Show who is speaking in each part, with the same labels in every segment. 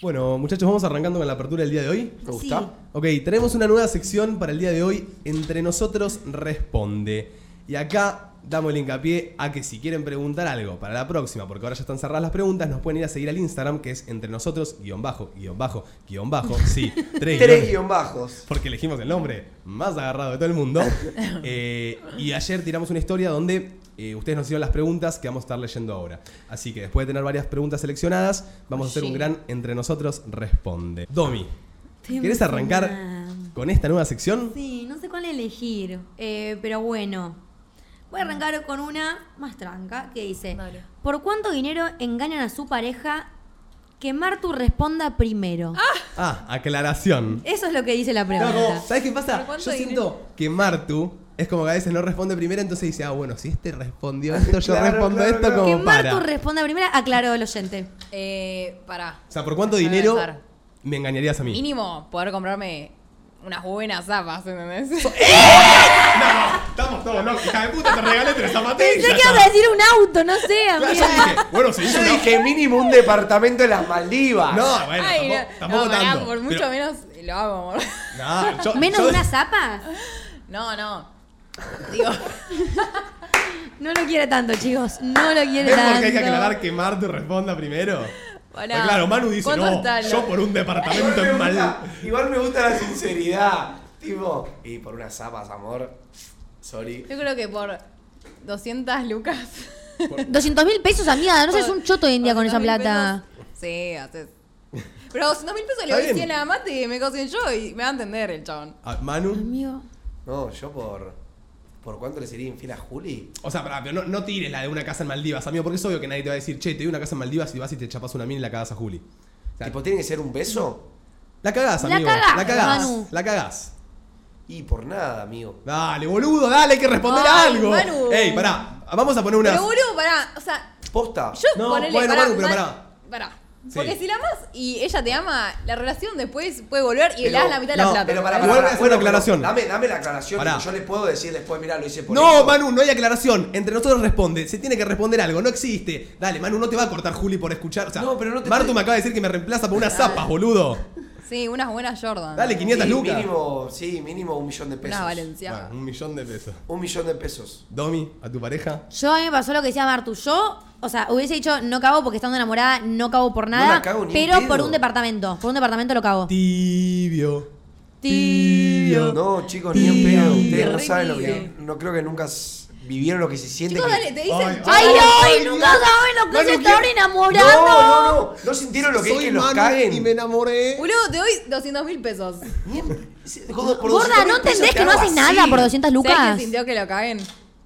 Speaker 1: Bueno, muchachos, vamos arrancando con la apertura del día de hoy.
Speaker 2: ¿Me gusta?
Speaker 3: Sí.
Speaker 1: Ok, tenemos una nueva sección para el día de hoy, Entre Nosotros Responde. Y acá damos el hincapié a que si quieren preguntar algo para la próxima, porque ahora ya están cerradas las preguntas, nos pueden ir a seguir al Instagram, que es Entre Nosotros, guión bajo, guión bajo, guión bajo, sí, tres,
Speaker 2: Tres
Speaker 1: guiones,
Speaker 2: guión bajos.
Speaker 1: Porque elegimos el nombre más agarrado de todo el mundo. Eh, y ayer tiramos una historia donde eh, ustedes nos hicieron las preguntas que vamos a estar leyendo ahora. Así que después de tener varias preguntas seleccionadas, vamos a hacer un
Speaker 3: Oye.
Speaker 1: gran Entre Nosotros Responde. Domi,
Speaker 3: Estoy
Speaker 1: ¿querés arrancar
Speaker 3: emocionada.
Speaker 1: con esta nueva sección?
Speaker 3: Sí, no sé cuál elegir, eh, pero bueno. Voy a arrancar con una más tranca que dice,
Speaker 4: Dale.
Speaker 3: ¿por cuánto dinero engañan a su pareja? Que Martu responda primero.
Speaker 1: Ah, aclaración.
Speaker 3: Eso es lo que dice la
Speaker 1: No,
Speaker 3: pregunta.
Speaker 1: como, ¿Sabes qué pasa?
Speaker 4: ¿Pero cuánto
Speaker 1: Yo siento
Speaker 4: dinero?
Speaker 1: que Martu es como que a veces no responde primero, entonces dice, ah, bueno, si este respondió esto, yo
Speaker 2: Claro,
Speaker 1: respondo
Speaker 2: claro,
Speaker 1: esto
Speaker 2: claro.
Speaker 1: como
Speaker 3: que
Speaker 1: para.
Speaker 3: Martu responda primero, aclaró el oyente.
Speaker 4: Eh, pará.
Speaker 1: O sea, ¿por cuánto
Speaker 4: Déjame
Speaker 1: dinero
Speaker 4: pensar.
Speaker 1: me engañarías a mí?
Speaker 4: Mínimo poder comprarme unas buenas zapas, ¿entendés?
Speaker 1: Estamos todos locos, hija de puta, te regalé tres zapatillas.
Speaker 3: Pensé que ibas a decir un auto, no sé,
Speaker 1: Claro,
Speaker 3: amiga.
Speaker 1: yo dije, bueno, sí,
Speaker 2: Yo dije mínimo un departampoco en las Maldivas.
Speaker 1: No, bueno,
Speaker 4: Ay, no,
Speaker 1: tampoco, tampoco
Speaker 4: no, pará,
Speaker 1: tanto.
Speaker 4: por mucho
Speaker 1: pero-
Speaker 4: menos lo hago, amor.
Speaker 1: No, yo-
Speaker 3: ¿Menos
Speaker 1: yo-
Speaker 3: de una zapa?
Speaker 4: No, no. Digo,
Speaker 3: No lo quiere tanto, chicos. No lo quiere
Speaker 1: ¿Ves por
Speaker 3: tanto.
Speaker 1: qué hay que aclarar que Martu responda primero?
Speaker 4: Pará.
Speaker 1: Porque claro, Manu dice,
Speaker 4: ¿Cuánto
Speaker 1: no,
Speaker 4: está lo-
Speaker 1: yo por un
Speaker 2: Igual
Speaker 1: departamento
Speaker 2: me,
Speaker 1: en Mal...
Speaker 2: gusta, igual me gusta la sinceridad. Tipo, y por unas zapas, amor. Sorry.
Speaker 4: yo creo que por 200 lucas.
Speaker 3: 200 mil pesos, amiga. No seas un choto de India con esa
Speaker 4: 200.000
Speaker 3: plata.
Speaker 4: pesos. Sí, haces. Pero 200 mil pesos le
Speaker 1: Está
Speaker 4: doy
Speaker 1: bien.
Speaker 4: 100 a Mati y me cocen yo y me va a entender el chabón.
Speaker 1: Ah, Manu,
Speaker 3: Amigo.
Speaker 2: No, yo por. ¿Por cuánto le sería infiel a Juli?
Speaker 1: o sea, pará, pero no, no tires la de una casa en Maldivas, amigo, porque es obvio que nadie te va a decir, che, te doy una casa en Maldivas y vas y te chapas una mina y la cagás a Juli. O sea,
Speaker 2: Tipo, ¿tiene que ser un beso?
Speaker 1: la cagás,
Speaker 3: La
Speaker 1: amigo.
Speaker 3: cagás,
Speaker 1: la cagás.
Speaker 3: Manu.
Speaker 1: La cagás.
Speaker 2: Y por nada, amigo.
Speaker 1: Dale, boludo, dale, hay que responder
Speaker 4: Ay,
Speaker 1: algo.
Speaker 4: Manu.
Speaker 1: Ey, pará, vamos a poner una...
Speaker 4: Pero boludo, pará, o sea,
Speaker 2: Posta.
Speaker 4: yo
Speaker 1: No,
Speaker 4: ponele
Speaker 1: bueno,
Speaker 4: pará,
Speaker 1: Manu, pero
Speaker 4: Manu,
Speaker 1: pará.
Speaker 4: pará.
Speaker 1: Sí.
Speaker 4: Porque si la amas y ella te ama, la relación después puede volver y le das la mitad de
Speaker 1: no,
Speaker 4: la plata.
Speaker 2: Pero para,
Speaker 1: Igual voy a hacer una aclaración.
Speaker 2: Dame, dame la aclaración.
Speaker 1: Pará.
Speaker 2: y Yo le puedo decir después, mirá, lo hice por
Speaker 1: No,
Speaker 2: esto.
Speaker 1: Manu, no hay aclaración. Entre nosotros responde. Se tiene que responder algo. No existe. Dale, Manu, no te va a cortar Juli por escuchar. O sea,
Speaker 2: No, pero no te
Speaker 1: Martu
Speaker 2: estoy-
Speaker 1: me acaba de decir que me reemplaza por unas zapas, boludo.
Speaker 4: Sí, unas buenas Jordan.
Speaker 1: Dale, 500
Speaker 2: Sí,
Speaker 1: lucas.
Speaker 2: Mínimo, sí, mínimo un millón de pesos.
Speaker 4: Unas Valencia.
Speaker 1: Bueno, un millón de pesos.
Speaker 2: Un millón de pesos.
Speaker 1: Domi, a tu pareja.
Speaker 3: Yo a mí me pasó lo que decía Martu. Yo, o sea, hubiese dicho no cago porque estando enamorada no cago por nada.
Speaker 2: la cago ni
Speaker 3: pero
Speaker 2: en
Speaker 3: por
Speaker 2: pedo.
Speaker 3: un departamento. Por un departamento lo cago.
Speaker 1: Tibio.
Speaker 3: Tibio.
Speaker 2: No, chicos, ni en pedo. Ustedes no
Speaker 4: Qué
Speaker 2: saben lo que.
Speaker 4: horrible.
Speaker 2: No creo que nunca s- vivieron lo que se siente.
Speaker 4: Chicos,
Speaker 2: que-
Speaker 4: dale, te dicen.
Speaker 1: Ay,
Speaker 4: "Che,
Speaker 3: ¡Ay,
Speaker 4: dale,
Speaker 3: ay!
Speaker 4: soy
Speaker 3: ¡Nunca saben lo que
Speaker 2: Manu,
Speaker 3: se
Speaker 2: ¿quién-
Speaker 3: estaban enamorando!
Speaker 2: No, no, no. No sintieron lo que es que los
Speaker 1: Manu
Speaker 2: caguen.
Speaker 1: y me enamoré.
Speaker 4: Boludo, te doy 200 mil pesos.
Speaker 2: Gordo, por
Speaker 3: Gorda,
Speaker 2: 200
Speaker 3: ¿no
Speaker 2: mil pesos
Speaker 3: entendés
Speaker 2: te
Speaker 3: que no
Speaker 2: hago
Speaker 3: haces
Speaker 2: así.
Speaker 3: nada por 200
Speaker 4: ¿Sabés
Speaker 3: lucas?
Speaker 4: quién sintió que lo caguen?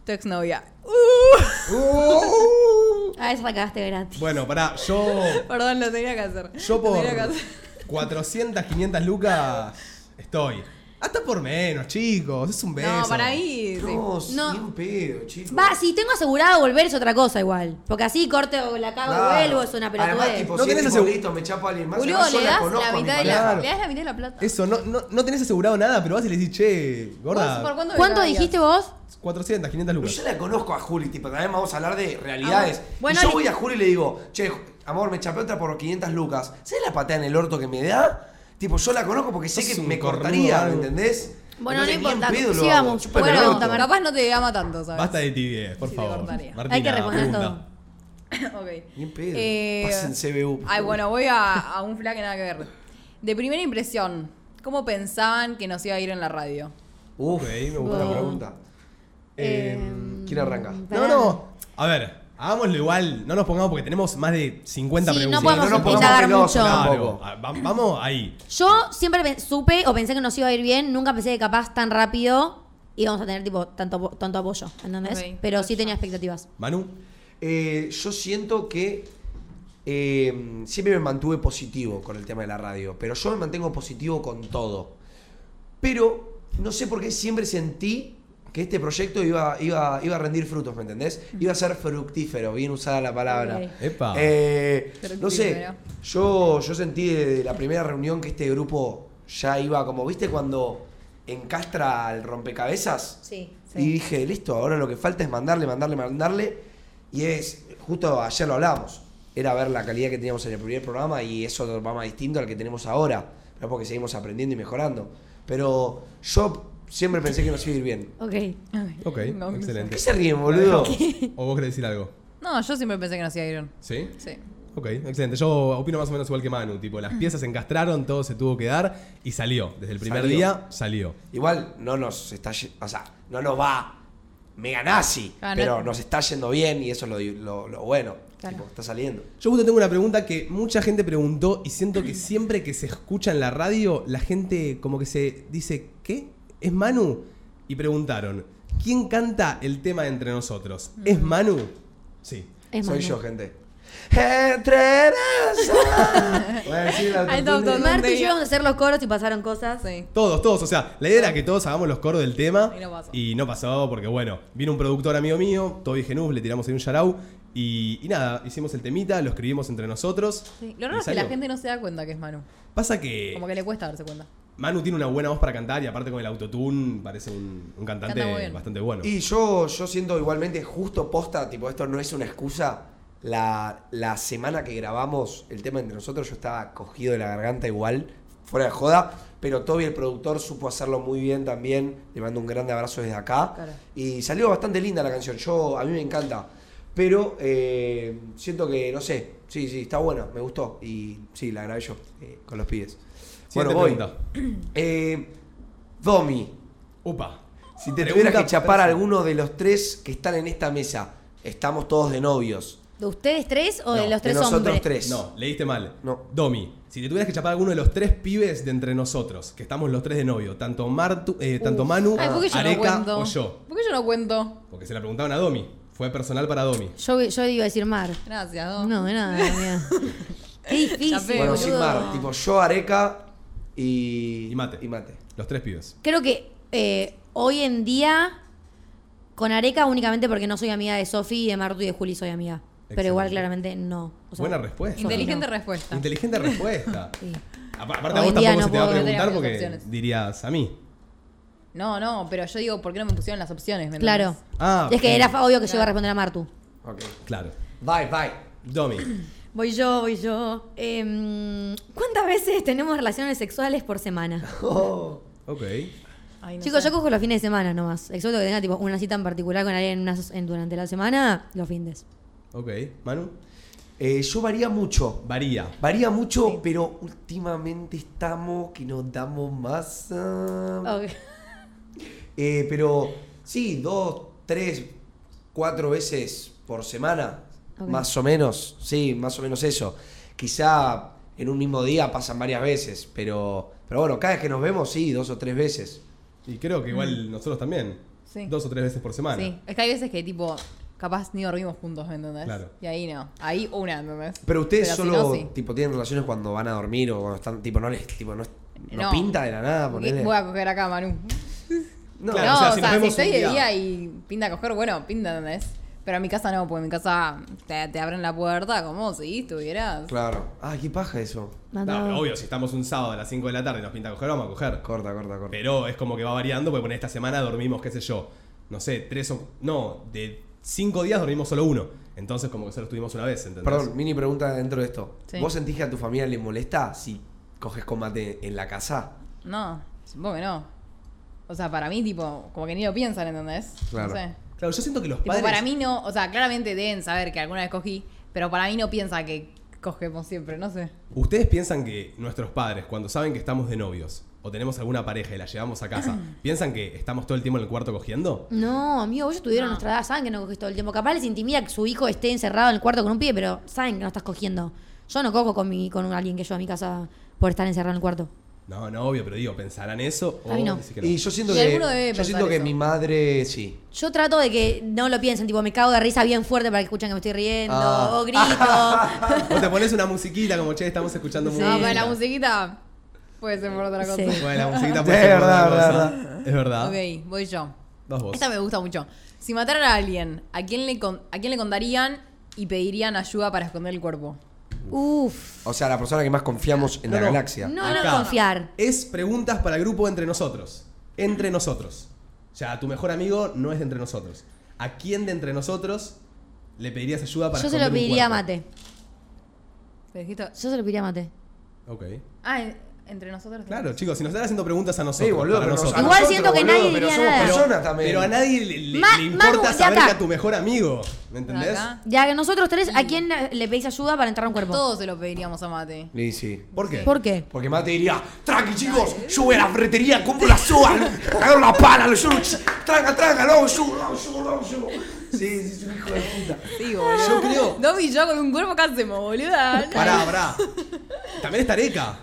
Speaker 4: Tu exnovia.
Speaker 1: Uh.
Speaker 3: Ah, esa la cagaste gratis.
Speaker 1: Bueno, pará, yo.
Speaker 4: Perdón, lo tenía que hacer.
Speaker 1: Yo
Speaker 4: Lo
Speaker 1: por
Speaker 4: tenía que hacer.
Speaker 1: 400, 500 lucas estoy. Hasta por menos, chicos. Es un beso.
Speaker 4: No, para mí. sí.
Speaker 2: No,
Speaker 3: No.
Speaker 2: sin pedo, chicos.
Speaker 3: Va, si tengo asegurado volver es otra cosa igual. Porque así corte o la cago
Speaker 2: Claro.
Speaker 3: o vuelvo, es una
Speaker 2: Además,
Speaker 3: pelotudez.
Speaker 2: tipo,
Speaker 1: No
Speaker 2: si es
Speaker 1: tenés
Speaker 2: tipo,
Speaker 1: asegu-
Speaker 2: listo, me chapo a alguien más.
Speaker 4: Boludo,
Speaker 2: además yo
Speaker 4: le das
Speaker 2: conozco
Speaker 4: la
Speaker 2: a mi
Speaker 4: mitad de
Speaker 2: pareja.
Speaker 4: la,
Speaker 1: palabra.
Speaker 4: le das la mitad de la plata.
Speaker 1: Eso, no, no, no tenés asegurado nada, pero vas y le decís, che, gorda.
Speaker 4: ¿Vos ¿Por cuánto,
Speaker 3: ¿Cuánto
Speaker 4: me cagarías?
Speaker 3: dijiste vos?
Speaker 1: 400, 500
Speaker 2: Pero
Speaker 1: lucas.
Speaker 2: yo la conozco a Juli, tipo, también vamos a hablar de realidades.
Speaker 3: Ah, bueno,
Speaker 2: y yo
Speaker 3: le-
Speaker 2: voy a Juli y le digo, che, amor, me chapé otra por 500 lucas. ¿Sabes la patada en el orto que me da? Tipo, yo la conozco porque sé
Speaker 1: Sos
Speaker 2: que
Speaker 1: un
Speaker 2: me
Speaker 1: cornudo,
Speaker 2: cortaría, ¿me
Speaker 1: algo.
Speaker 2: entendés?
Speaker 3: Bueno,
Speaker 2: Entonces,
Speaker 3: no
Speaker 2: ni en
Speaker 3: importa,
Speaker 2: pedo lo
Speaker 3: sigamos.
Speaker 2: hago, chúpame el
Speaker 3: Bueno,
Speaker 2: orto.
Speaker 4: Bueno, capaz no te ama tanto, ¿sabes?
Speaker 1: Basta de tibiez, por
Speaker 4: Sí, te
Speaker 1: favor.
Speaker 4: cortaría.
Speaker 1: Martina,
Speaker 3: Hay que responder
Speaker 1: pregunta.
Speaker 3: todo.
Speaker 4: Ok.
Speaker 2: Ni en pedo.
Speaker 4: Eh,
Speaker 2: Pasen CBU. por
Speaker 4: Ay,
Speaker 2: favor.
Speaker 4: bueno, voy a, a un fla que nada que ver. De primera impresión, ¿cómo pensaban que nos iba a ir en la radio?
Speaker 2: Uf,
Speaker 1: Ok,
Speaker 2: me
Speaker 1: me
Speaker 2: gusta
Speaker 1: gusta.
Speaker 2: la pregunta.
Speaker 1: Em,
Speaker 2: Eh, ¿Quién arranca? No,
Speaker 1: no, no. A ver, hagámoslo igual. No nos pongamos porque tenemos más de 50
Speaker 3: Sí, no
Speaker 1: preguntas.
Speaker 3: podemos
Speaker 2: no nos pongamos
Speaker 3: indagar
Speaker 2: celosos,
Speaker 3: mucho.
Speaker 2: no.
Speaker 1: Claro,
Speaker 2: Tampoco.
Speaker 1: ah, va- vamos ahí.
Speaker 3: Yo siempre pe- supe o pensé que nos iba a ir bien, nunca pensé que capaz tan rápido íbamos a tener tipo tanto, apo- tanto apoyo, ¿entendés?
Speaker 4: Ok,
Speaker 3: Pero sí tenía expectativas.
Speaker 1: Manu,
Speaker 2: Eh, yo siento que eh, siempre me mantuve positivo con el tema de la radio, pero yo me mantengo positivo con todo. Pero no sé por qué siempre sentí que este proyecto iba, iba, iba a rendir frutos, ¿me entendés? Iba a ser fructífero, bien usada la palabra.
Speaker 3: Ok.
Speaker 1: Epa.
Speaker 2: Eh, no sé,
Speaker 4: Fructífero.
Speaker 2: yo, yo sentí desde la primera reunión que este grupo ya iba como, ¿viste cuando encastra el rompecabezas?
Speaker 3: Sí.
Speaker 2: Y dije, listo, ahora lo que falta es mandarle, mandarle, mandarle. Y es, justo ayer lo hablábamos. era ver la calidad que teníamos en el primer programa y es otro programa distinto al que tenemos ahora. Pero es porque seguimos aprendiendo y mejorando. Pero yo siempre pensé que nos iba a ir bien.
Speaker 3: Ok.
Speaker 1: Ok,
Speaker 4: No, no
Speaker 2: ¿Por
Speaker 1: excelente.
Speaker 2: qué se ríen, boludo?
Speaker 1: ¿O vos querés decir algo?
Speaker 4: No, yo siempre pensé que nos iba a ir bien.
Speaker 1: ¿Sí?
Speaker 4: Sí.
Speaker 1: Ok, excelente. Yo opino más o menos igual que Manu. Tipo,
Speaker 3: Mm.
Speaker 1: las piezas se encastraron, todo se tuvo que dar y salió. Desde el primer
Speaker 2: Salió.
Speaker 1: día salió.
Speaker 2: Igual no nos está ye- o sea, no nos va mega nazi,
Speaker 4: Ah, no.
Speaker 2: pero nos está yendo bien y eso es lo, di- lo- lo bueno.
Speaker 4: Claro.
Speaker 2: Tipo, está saliendo.
Speaker 1: Yo justo tengo una pregunta que mucha gente preguntó y siento que siempre que se escucha en la radio, la gente como que se dice, ¿qué? ¿Es Manu? Y preguntaron, ¿quién canta el tema de entre nosotros?
Speaker 4: Mm.
Speaker 1: ¿Es Manu? Sí.
Speaker 3: Es
Speaker 2: Soy
Speaker 3: Manu.
Speaker 2: yo, gente. Entre nosotros. Voy a decir la
Speaker 4: Alto
Speaker 2: tontería.
Speaker 3: Martu y
Speaker 4: Donde-
Speaker 3: yo vamos a hacer los coros y pasaron cosas.
Speaker 4: Sí.
Speaker 1: Todos, todos. O sea, la idea era que todos hagamos los coros del tema.
Speaker 4: Y no pasó.
Speaker 1: Y no pasó porque, bueno, vino un productor amigo mío, Toby Genus, le tiramos en un yarau. Y, y nada, hicimos el temita, lo escribimos entre nosotros.
Speaker 4: Sí. Lo
Speaker 1: y
Speaker 4: raro es que la
Speaker 1: salió.
Speaker 4: gente no se da cuenta que es Manu.
Speaker 1: Pasa que
Speaker 4: Como que le cuesta darse cuenta.
Speaker 1: Manu tiene una buena voz para cantar y aparte con el autotune parece un, un
Speaker 4: Canta muy
Speaker 1: cantante
Speaker 4: bien.
Speaker 1: bastante bueno.
Speaker 2: Y yo, yo siento igualmente justo posta, tipo, esto no es una excusa. La, la semana que grabamos el tema entre nosotros, yo estaba cogido de la garganta igual, fuera de joda. Pero Toby, el productor, supo hacerlo muy bien también. Le mando un grande abrazo desde acá.
Speaker 4: Claro.
Speaker 2: Y salió bastante linda la canción. Yo, a mí me encanta. Pero eh, siento que, no sé, sí, sí, está buena, me gustó. Y sí, la grabé yo eh, con los pibes.
Speaker 1: Siguiente
Speaker 2: bueno,
Speaker 1: pregunta.
Speaker 2: voy. Eh, Domi,
Speaker 1: Upa.
Speaker 2: si te
Speaker 1: Pregunta
Speaker 2: tuvieras que chapar a
Speaker 1: personal.
Speaker 2: alguno de los tres que están en esta mesa, estamos todos de novios.
Speaker 3: ¿De ustedes tres o de
Speaker 1: No,
Speaker 3: los tres
Speaker 2: de nosotros
Speaker 3: hombres?
Speaker 2: tres.
Speaker 1: No, leíste mal.
Speaker 2: No.
Speaker 1: Domi, si te tuvieras que chapar a alguno de los tres pibes de entre nosotros, que estamos los tres de novio, tanto, Martu, eh, tanto Manu,
Speaker 4: Ay, ¿por qué yo no
Speaker 1: Areca
Speaker 4: cuento?
Speaker 1: o yo.
Speaker 4: ¿Por qué yo no cuento?
Speaker 1: Porque se la preguntaron a Domi. Fue personal para Domi.
Speaker 3: Yo, yo iba a decir Mar.
Speaker 4: Gracias, Dom.
Speaker 3: No, de nada, mira. Qué difícil,
Speaker 4: Chapé,
Speaker 2: bueno,
Speaker 3: boludo.
Speaker 2: sin mar, tipo yo, Areca y,
Speaker 1: Y Mate.
Speaker 2: Y Mate.
Speaker 1: Los tres pibes.
Speaker 3: Creo que eh, hoy en día, con Areca únicamente porque no soy amiga de Sofi, de Martu y de Juli soy amiga. Pero igual,
Speaker 1: Excelente.
Speaker 3: claramente, no. O sea,
Speaker 1: Buena respuesta.
Speaker 4: Inteligente respuesta.
Speaker 1: Inteligente respuesta.
Speaker 3: Sí.
Speaker 1: Apa- Aparte a
Speaker 3: Hoy
Speaker 1: vos
Speaker 3: en día
Speaker 1: tampoco se
Speaker 3: no
Speaker 1: te va a
Speaker 3: puedo
Speaker 1: preguntar
Speaker 4: tener
Speaker 1: porque
Speaker 4: opciones.
Speaker 1: dirías a mí.
Speaker 4: No, no, pero yo digo, ¿por qué no me pusieron las opciones? me
Speaker 3: Claro.
Speaker 4: entendés?
Speaker 1: Ah,
Speaker 3: es que
Speaker 1: ok.
Speaker 3: era fa- obvio que yo iba a responder a Martu.
Speaker 2: Ok.
Speaker 1: Claro.
Speaker 2: Bye, bye.
Speaker 1: Domi.
Speaker 3: Voy yo, voy yo. Em, ¿Cuántas veces tenemos relaciones sexuales por semana?
Speaker 2: Oh.
Speaker 1: Ok.
Speaker 4: Ay, no
Speaker 3: Chicos,
Speaker 4: sé.
Speaker 3: yo cojo los fines de semana nomás. Excepto que tenga tipo una cita en particular con alguien en una- en- durante la semana, los fines.
Speaker 1: Ok. Manu.
Speaker 2: Eh, yo varía mucho.
Speaker 1: Varía.
Speaker 2: Varía mucho, pero últimamente estamos que nos damos más. ah. Eh, pero sí, dos, tres, cuatro veces por semana,
Speaker 3: Ok.
Speaker 2: más o menos. Sí, más o menos eso. Quizá en un mismo día pasan varias veces, pero, pero bueno, cada vez que nos vemos, sí, dos o tres veces.
Speaker 1: Y creo que igual nosotros también.
Speaker 4: Mm. Sí.
Speaker 1: Dos o tres veces por semana.
Speaker 4: Sí, es que hay veces que tipo, capaz ni dormimos juntos, ¿me entendés?
Speaker 1: Claro.
Speaker 4: Y ahí no, ahí una, ¿me entendés?
Speaker 2: Pero ustedes
Speaker 4: Pero si
Speaker 2: solo
Speaker 4: no, sí.
Speaker 2: tipo tienen relaciones cuando van a dormir o cuando están, tipo, no les, tipo, no, no
Speaker 4: No.
Speaker 2: pinta de la nada, ponele.
Speaker 4: Voy a coger acá, Manu.
Speaker 2: No,
Speaker 1: Claro,
Speaker 4: no,
Speaker 1: o sea,
Speaker 4: o sea,
Speaker 1: si
Speaker 4: si,
Speaker 1: nos vemos
Speaker 4: estoy
Speaker 1: un
Speaker 4: de
Speaker 1: día-
Speaker 4: día y pinta coger, bueno, pinta, ¿entendés? Pero en mi casa no, porque en mi casa te, te abren la puerta como si estuvieras.
Speaker 2: Claro. Ah, qué paja eso.
Speaker 1: No, pero obvio, si estamos un sábado a las 5 de la tarde y nos pinta coger, vamos a coger.
Speaker 2: Corta, corta, corta.
Speaker 1: Pero es como que va variando, porque por esta semana dormimos, qué sé yo, no sé, tres o. No, de cinco días dormimos solo uno. Entonces, como que solo estuvimos una vez, ¿entendés?
Speaker 2: Perdón, mini pregunta dentro de esto.
Speaker 4: Sí.
Speaker 2: ¿Vos sentís que a tu familia le molesta si coges combate en la casa?
Speaker 4: No, supongo que no. O sea, para mí, tipo, como que ni lo piensan, ¿entendés?
Speaker 2: Claro.
Speaker 4: No sé.
Speaker 1: Claro, yo siento que los
Speaker 4: Tipo,
Speaker 1: padres.
Speaker 4: para mí no, o sea, claramente deben saber que alguna vez cogí, pero para mí no piensa que cogemos siempre, no sé.
Speaker 1: ¿Ustedes piensan que nuestros padres, cuando saben que estamos de novios o tenemos alguna pareja y la llevamos a casa, piensan que estamos todo el tiempo en el cuarto cogiendo?
Speaker 3: No, amigo, ellos tuvieron
Speaker 4: No.
Speaker 3: nuestra edad, saben que no coges todo el tiempo. Capaz les intimida que su hijo esté encerrado en el cuarto con un pibe, pero saben que no estás cogiendo. Yo no cojo con, mi, con un- alguien que yo a mi casa por estar encerrado en el cuarto.
Speaker 1: No, no, obvio, pero digo, ¿pensarán eso o
Speaker 3: A mí no.
Speaker 1: dicen que
Speaker 2: Y yo siento
Speaker 4: Y
Speaker 2: que,
Speaker 4: alguno debe
Speaker 2: yo
Speaker 4: pensar
Speaker 2: siento que
Speaker 4: eso.
Speaker 2: mi madre sí.
Speaker 3: Yo trato de que no lo piensen, tipo, me cago de risa bien fuerte para que escuchen que me estoy riendo,
Speaker 2: Ah.
Speaker 3: o grito.
Speaker 1: Vos te pones una musiquita como, che, estamos escuchando
Speaker 3: Sí.
Speaker 1: música.
Speaker 4: No, pero la musiquita puede ser por otra cosa.
Speaker 3: Sí.
Speaker 1: Bueno, la musiquita
Speaker 2: Sí,
Speaker 1: puede ser por otra
Speaker 2: verdad,
Speaker 1: cosa.
Speaker 2: verdad.
Speaker 1: Es verdad.
Speaker 4: Ok, voy yo.
Speaker 1: Vas vos.
Speaker 4: Esta me gusta mucho. Si mataran a alguien, ¿a quién le, con- a quién le contarían y pedirían ayuda para esconder el cuerpo?
Speaker 3: Uf.
Speaker 2: O sea, la persona que más confiamos en
Speaker 1: No,
Speaker 2: la
Speaker 1: no.
Speaker 2: galaxia.
Speaker 3: No, no confiar.
Speaker 1: Es preguntas para el grupo entre nosotros. Entre nosotros. O sea, tu mejor amigo no es de entre nosotros. ¿A quién de entre nosotros le pedirías ayuda para
Speaker 3: Yo se
Speaker 1: esconder
Speaker 3: lo
Speaker 1: un
Speaker 3: pediría a
Speaker 1: cuerpo?
Speaker 3: Mate.
Speaker 4: Espejito.
Speaker 3: Yo se lo pediría a mate.
Speaker 1: Ok.
Speaker 4: Ah, en- entre nosotros.
Speaker 1: Claro, chicos, si nos están haciendo preguntas a nosotros.
Speaker 2: Sí, boludo,
Speaker 1: para
Speaker 2: pero
Speaker 1: nosotros.
Speaker 2: nos- a
Speaker 3: Igual
Speaker 2: nosotros,
Speaker 3: siento que
Speaker 2: boludo,
Speaker 3: nadie
Speaker 2: pero
Speaker 3: diría
Speaker 2: somos
Speaker 3: nada.
Speaker 2: personas también.
Speaker 1: Pero a nadie le, le-
Speaker 3: Ma-
Speaker 1: le
Speaker 3: Manu,
Speaker 1: importa
Speaker 3: de
Speaker 1: saber
Speaker 3: acá.
Speaker 1: que a tu mejor amigo. ¿Me entendés?
Speaker 4: Acá.
Speaker 3: Ya que nosotros tres, ¿a quién le le pedís ayuda para entrar a un cuerpo?
Speaker 4: Todos se lo pediríamos a Mate.
Speaker 2: Y sí.
Speaker 1: ¿Por qué?
Speaker 3: ¿Por qué?
Speaker 2: Porque Mate diría, tranqui chicos, yo voy a la ferretería, compro la soga, lo- agarro la pala, lo subo, ch- tranca, tranca, lo hago, subo, lo hago, subo, lo hago, subo. Sí, sí, soy un hijo de puta.
Speaker 4: Sí, boludo.
Speaker 1: Yo creo.
Speaker 4: Domi y yo con un cuerpo, ¿qué hacemos, boluda?
Speaker 1: Pará, pará. También está Areca.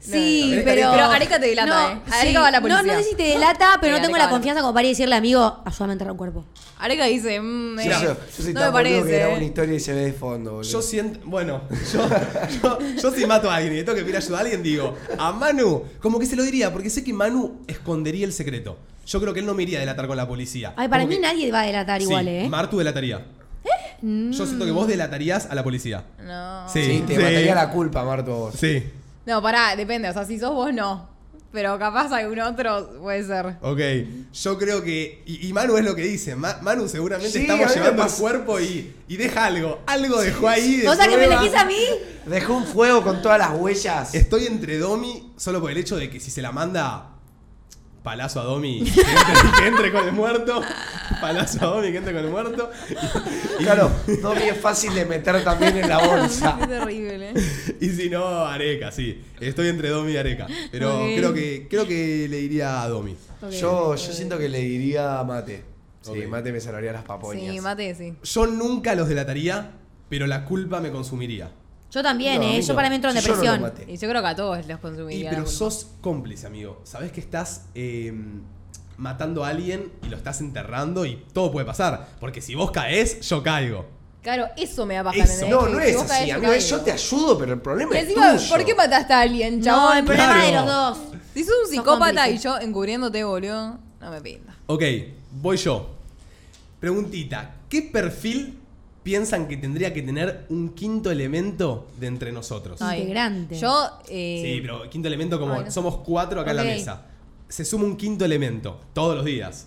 Speaker 3: Sí,
Speaker 1: Areca-
Speaker 3: pero...
Speaker 4: pero Areca te delata,
Speaker 3: no,
Speaker 4: eh. Areca va a la policía.
Speaker 3: No, no sé si te delata, pero
Speaker 4: Sí,
Speaker 3: no tengo
Speaker 4: Areca va a
Speaker 3: la
Speaker 4: la-
Speaker 3: confianza como para ir y decirle, amigo, ayúdame a entrar a un cuerpo.
Speaker 4: Areca dice, mmm,
Speaker 2: Sí, yo, yo soy
Speaker 4: no
Speaker 2: tan boludo que
Speaker 4: me
Speaker 2: grabo
Speaker 4: parece. eh.
Speaker 2: una historia y se ve de fondo, boludo.
Speaker 1: Yo siento, bueno, yo, yo, yo si mato a alguien y le tengo que pedir ayuda a alguien, digo, a Manu, como que se lo diría, porque sé que Manu escondería el secreto. Yo creo que él no me iría a delatar con la policía.
Speaker 3: Ay, para
Speaker 1: Como
Speaker 3: mí
Speaker 1: que-
Speaker 3: nadie va a delatar
Speaker 1: Sí,
Speaker 3: igual, ¿eh?
Speaker 1: Martu delataría. Yo siento que vos delatarías a la policía.
Speaker 4: No.
Speaker 1: Sí,
Speaker 2: Sí, te
Speaker 1: sí,
Speaker 2: mataría la culpa, Marto, a vos.
Speaker 1: Sí,
Speaker 4: No, pará, depende. O sea, si sos vos, no. Pero capaz algún otro puede ser.
Speaker 1: ok. Yo creo que. Y, y Manu es lo que dice. Ma- Manu seguramente
Speaker 2: Sí, a mí
Speaker 1: estamos
Speaker 2: me
Speaker 1: llevando el
Speaker 2: pasa-
Speaker 1: cuerpo y, y deja algo. Algo dejó ahí. de
Speaker 3: O sea, que me
Speaker 1: prueba.
Speaker 3: elegís a mí.
Speaker 2: Dejó un fuego con todas las huellas.
Speaker 1: Estoy entre Domi solo por el hecho de que si se la manda palazo a Domi, que entre, que entre con el muerto. Palazo a Domi, que entre con el muerto. Y, y-
Speaker 2: Claro, no es fácil de meter también en la bolsa.
Speaker 4: Qué terrible, ¿eh?
Speaker 1: Y si no, Areca, sí. Estoy entre Domi y Areca. Pero
Speaker 4: Ok.
Speaker 1: creo, que, creo que le diría a Domi.
Speaker 4: Ok.
Speaker 2: Yo, yo siento que le diría a Mate. Sí,
Speaker 1: Ok.
Speaker 2: Mate me salaría las papoñas.
Speaker 4: Sí, Mate, sí.
Speaker 1: Yo nunca los delataría, pero la culpa me consumiría.
Speaker 3: Yo también,
Speaker 2: No, a
Speaker 3: ¿eh?
Speaker 2: mí
Speaker 3: Yo
Speaker 2: no.
Speaker 3: para mí entro en
Speaker 2: Yo no lo
Speaker 3: depresión.
Speaker 2: maté.
Speaker 4: Y yo creo que a todos los
Speaker 1: Y,
Speaker 4: consumiría.
Speaker 1: pero
Speaker 4: la culpa.
Speaker 1: sos cómplice, amigo. Sabés que estás eh, matando a alguien y lo estás enterrando y todo puede pasar. Porque si vos caes, yo caigo.
Speaker 4: Claro, eso me da paja.
Speaker 1: Eso.
Speaker 4: ¿entendés?
Speaker 2: No,
Speaker 4: Que
Speaker 2: no
Speaker 4: si
Speaker 2: es
Speaker 4: vos caes,
Speaker 2: así.
Speaker 4: yo
Speaker 2: Amigo,
Speaker 4: caigo.
Speaker 2: yo te ayudo, pero el problema
Speaker 4: Y
Speaker 2: es
Speaker 4: encima,
Speaker 2: tuyo.
Speaker 4: ¿por qué mataste a alguien,
Speaker 3: No, el
Speaker 4: chabón?
Speaker 3: problema
Speaker 1: Claro.
Speaker 3: de los dos.
Speaker 4: Si sos un
Speaker 3: Sos
Speaker 4: psicópata
Speaker 3: cómplice.
Speaker 4: y yo encubriéndote, boludo, no me pinta.
Speaker 1: Ok, voy yo. Preguntita, ¿qué perfil piensan que tendría que tener un quinto elemento de entre nosotros?
Speaker 3: Ay. Integrante.
Speaker 4: Yo, eh,
Speaker 1: Sí, pero quinto elemento como
Speaker 4: Ay, Ah, no sé.
Speaker 1: somos cuatro acá en
Speaker 3: Ok.
Speaker 1: la mesa. Se suma un quinto elemento todos los días.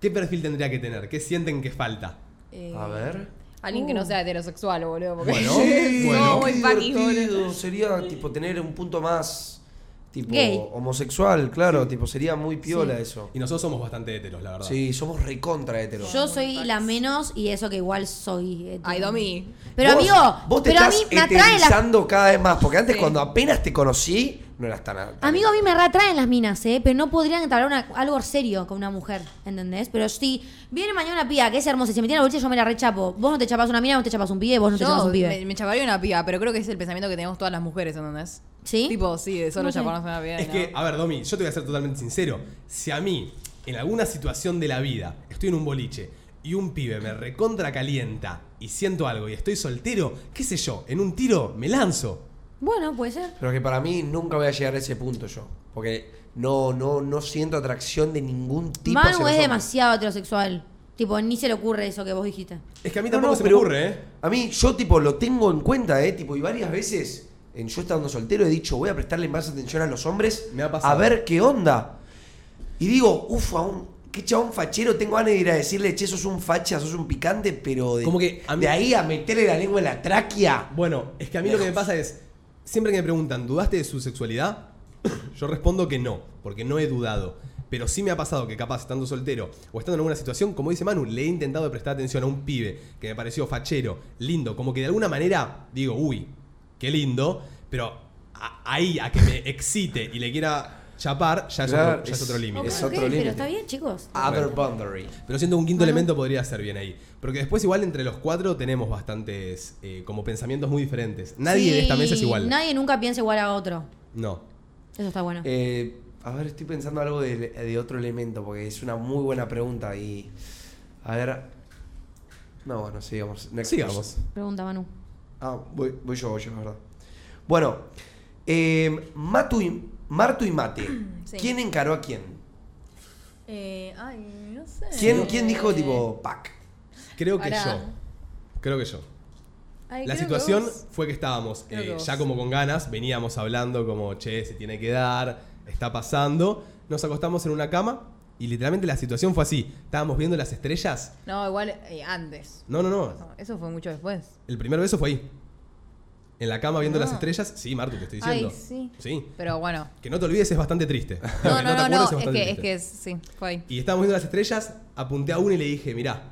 Speaker 1: ¿Qué perfil tendría que tener? ¿Qué sienten que falta?
Speaker 4: eh,
Speaker 2: A ver.
Speaker 4: Alguien que
Speaker 3: Uh.
Speaker 4: no sea heterosexual, boludo. Porque
Speaker 1: Bueno,
Speaker 2: Sí,
Speaker 1: bueno.
Speaker 4: No,
Speaker 2: qué
Speaker 4: muy paqui,
Speaker 2: divertido.
Speaker 4: boludo.
Speaker 2: Sería tipo tener un punto más tipo
Speaker 3: Gay.
Speaker 2: homosexual, claro, tipo sería muy piola
Speaker 3: Sí.
Speaker 2: eso.
Speaker 1: Y nosotros somos bastante heteros, la verdad.
Speaker 2: Sí, somos recontra heteros.
Speaker 3: Yo soy la menos y eso que igual soy. eh,
Speaker 4: Ay, Domi.
Speaker 3: Pero
Speaker 2: Vos-
Speaker 3: amigo,
Speaker 2: vos te
Speaker 3: pero a mí
Speaker 2: estás
Speaker 3: me atrae las
Speaker 2: heterizando cada vez más, porque antes
Speaker 4: Sí.
Speaker 2: cuando apenas te conocí no eras tan alta.
Speaker 3: Amigo, a mí me retraen las minas, ¿eh? Pero no podrían entablar una- algo serio con una mujer, ¿entendés? Pero si viene mañana una piba que es hermosa y se me tiene la bolsa, yo me la rechapo. Vos no te chapas una mina, vos te chapas un pibe, vos no te chapas
Speaker 4: Yo
Speaker 3: un pibe.
Speaker 4: me, me chaparía una piba, pero creo que es el pensamiento que tenemos todas las mujeres, ¿entendés?
Speaker 3: ¿Sí?
Speaker 4: Tipo, sí, de solo
Speaker 3: No sé.
Speaker 4: chaparnos una piba. y
Speaker 1: Es
Speaker 4: no.
Speaker 1: que, a ver, Domi, yo te voy a ser totalmente sincero. Si a mí, en alguna situación de la vida, estoy en un boliche y un pibe me recontra calienta y siento algo y estoy soltero, qué sé yo, en un tiro me lanzo.
Speaker 3: Bueno, puede ser.
Speaker 2: Pero que para mí nunca voy a llegar a ese punto yo, porque no no no siento atracción de ningún tipo hacia
Speaker 3: Manu
Speaker 2: los
Speaker 3: es
Speaker 2: hombres.
Speaker 3: demasiado heterosexual. Tipo, ni se le ocurre eso que vos dijiste.
Speaker 1: Es que a mí
Speaker 2: No,
Speaker 1: tampoco
Speaker 2: no,
Speaker 1: se me
Speaker 2: pero
Speaker 1: ocurre, ¿eh?
Speaker 2: A mí, yo tipo lo tengo en cuenta, ¿eh? Tipo, y varias veces, en yo estando soltero, he dicho, voy a prestarle más atención a los hombres.
Speaker 1: Me ha pasado.
Speaker 2: A ver qué onda. Y digo, uff, aún, qué chabón fachero, tengo ganas de ir a decirle, che, sos un facha, sos un picante, pero de,
Speaker 1: Como que a mí-
Speaker 2: de ahí a meterle la lengua en la tráquea.
Speaker 1: Bueno, es que a mí lo que me pasa es, siempre que me preguntan, ¿dudaste de su sexualidad? Yo respondo que no, porque no he dudado. Pero sí me ha pasado que capaz estando soltero o estando en alguna situación, como dice Manu, le he intentado prestar atención a un pibe que me pareció fachero, lindo, como que de alguna manera digo, uy, qué lindo, pero a- ahí a que me excite y le quiera chapar, ya es
Speaker 2: Claro,
Speaker 1: otro, ya es
Speaker 2: es-
Speaker 1: otro límite.
Speaker 2: Es
Speaker 3: Ok,
Speaker 2: otro límite.
Speaker 3: pero está bien, chicos.
Speaker 2: Other boundary.
Speaker 1: Pero siento que un quinto elemento podría ser bien ahí. Porque después igual entre los cuatro tenemos bastantes eh, como pensamientos muy diferentes. Nadie en
Speaker 3: Sí,
Speaker 1: esta mesa es igual.
Speaker 3: Nadie nunca piensa igual a otro.
Speaker 1: No.
Speaker 3: Eso está bueno.
Speaker 2: Eh, a ver, estoy pensando algo de, de otro elemento, porque es una muy buena pregunta y... A ver... No, bueno, sigamos. Next
Speaker 1: Sigamos.
Speaker 3: Pregunta, Manu.
Speaker 2: Ah, voy, voy yo, voy yo, es verdad. Bueno, eh, Matu y, Martu y Mate,
Speaker 4: Sí.
Speaker 2: ¿quién encaró a quién?
Speaker 4: Eh, ay, no sé. Eh,
Speaker 2: ¿Quién, quién dijo tipo, pack?
Speaker 1: Creo que
Speaker 4: Pará.
Speaker 1: yo. Creo que yo.
Speaker 4: Ay,
Speaker 1: la
Speaker 4: creo que
Speaker 1: situación
Speaker 4: vos-
Speaker 1: fue que estábamos
Speaker 4: Creo
Speaker 1: eh,
Speaker 4: que vos.
Speaker 1: ya como con ganas, veníamos hablando como, che, se tiene que dar, está pasando. Nos acostamos en una cama y literalmente la situación fue así. Estábamos viendo las estrellas.
Speaker 4: No, igual eh, antes.
Speaker 1: No, no, no.
Speaker 4: No, Eso fue mucho después.
Speaker 1: El primer beso fue ahí. en la cama viendo
Speaker 4: No.
Speaker 1: las estrellas. Sí, Martu, te estoy
Speaker 4: Ah. Ay,
Speaker 1: diciendo.
Speaker 4: sí.
Speaker 1: Sí.
Speaker 4: Pero bueno.
Speaker 1: Que no te olvides es bastante triste. Que
Speaker 4: No, no,
Speaker 1: te
Speaker 4: no,
Speaker 1: acuerdes
Speaker 4: no. Es
Speaker 1: bastante
Speaker 4: que, es
Speaker 1: triste.
Speaker 4: que sí, fue ahí.
Speaker 1: Y estábamos viendo las estrellas, apunté a una y le dije, mirá,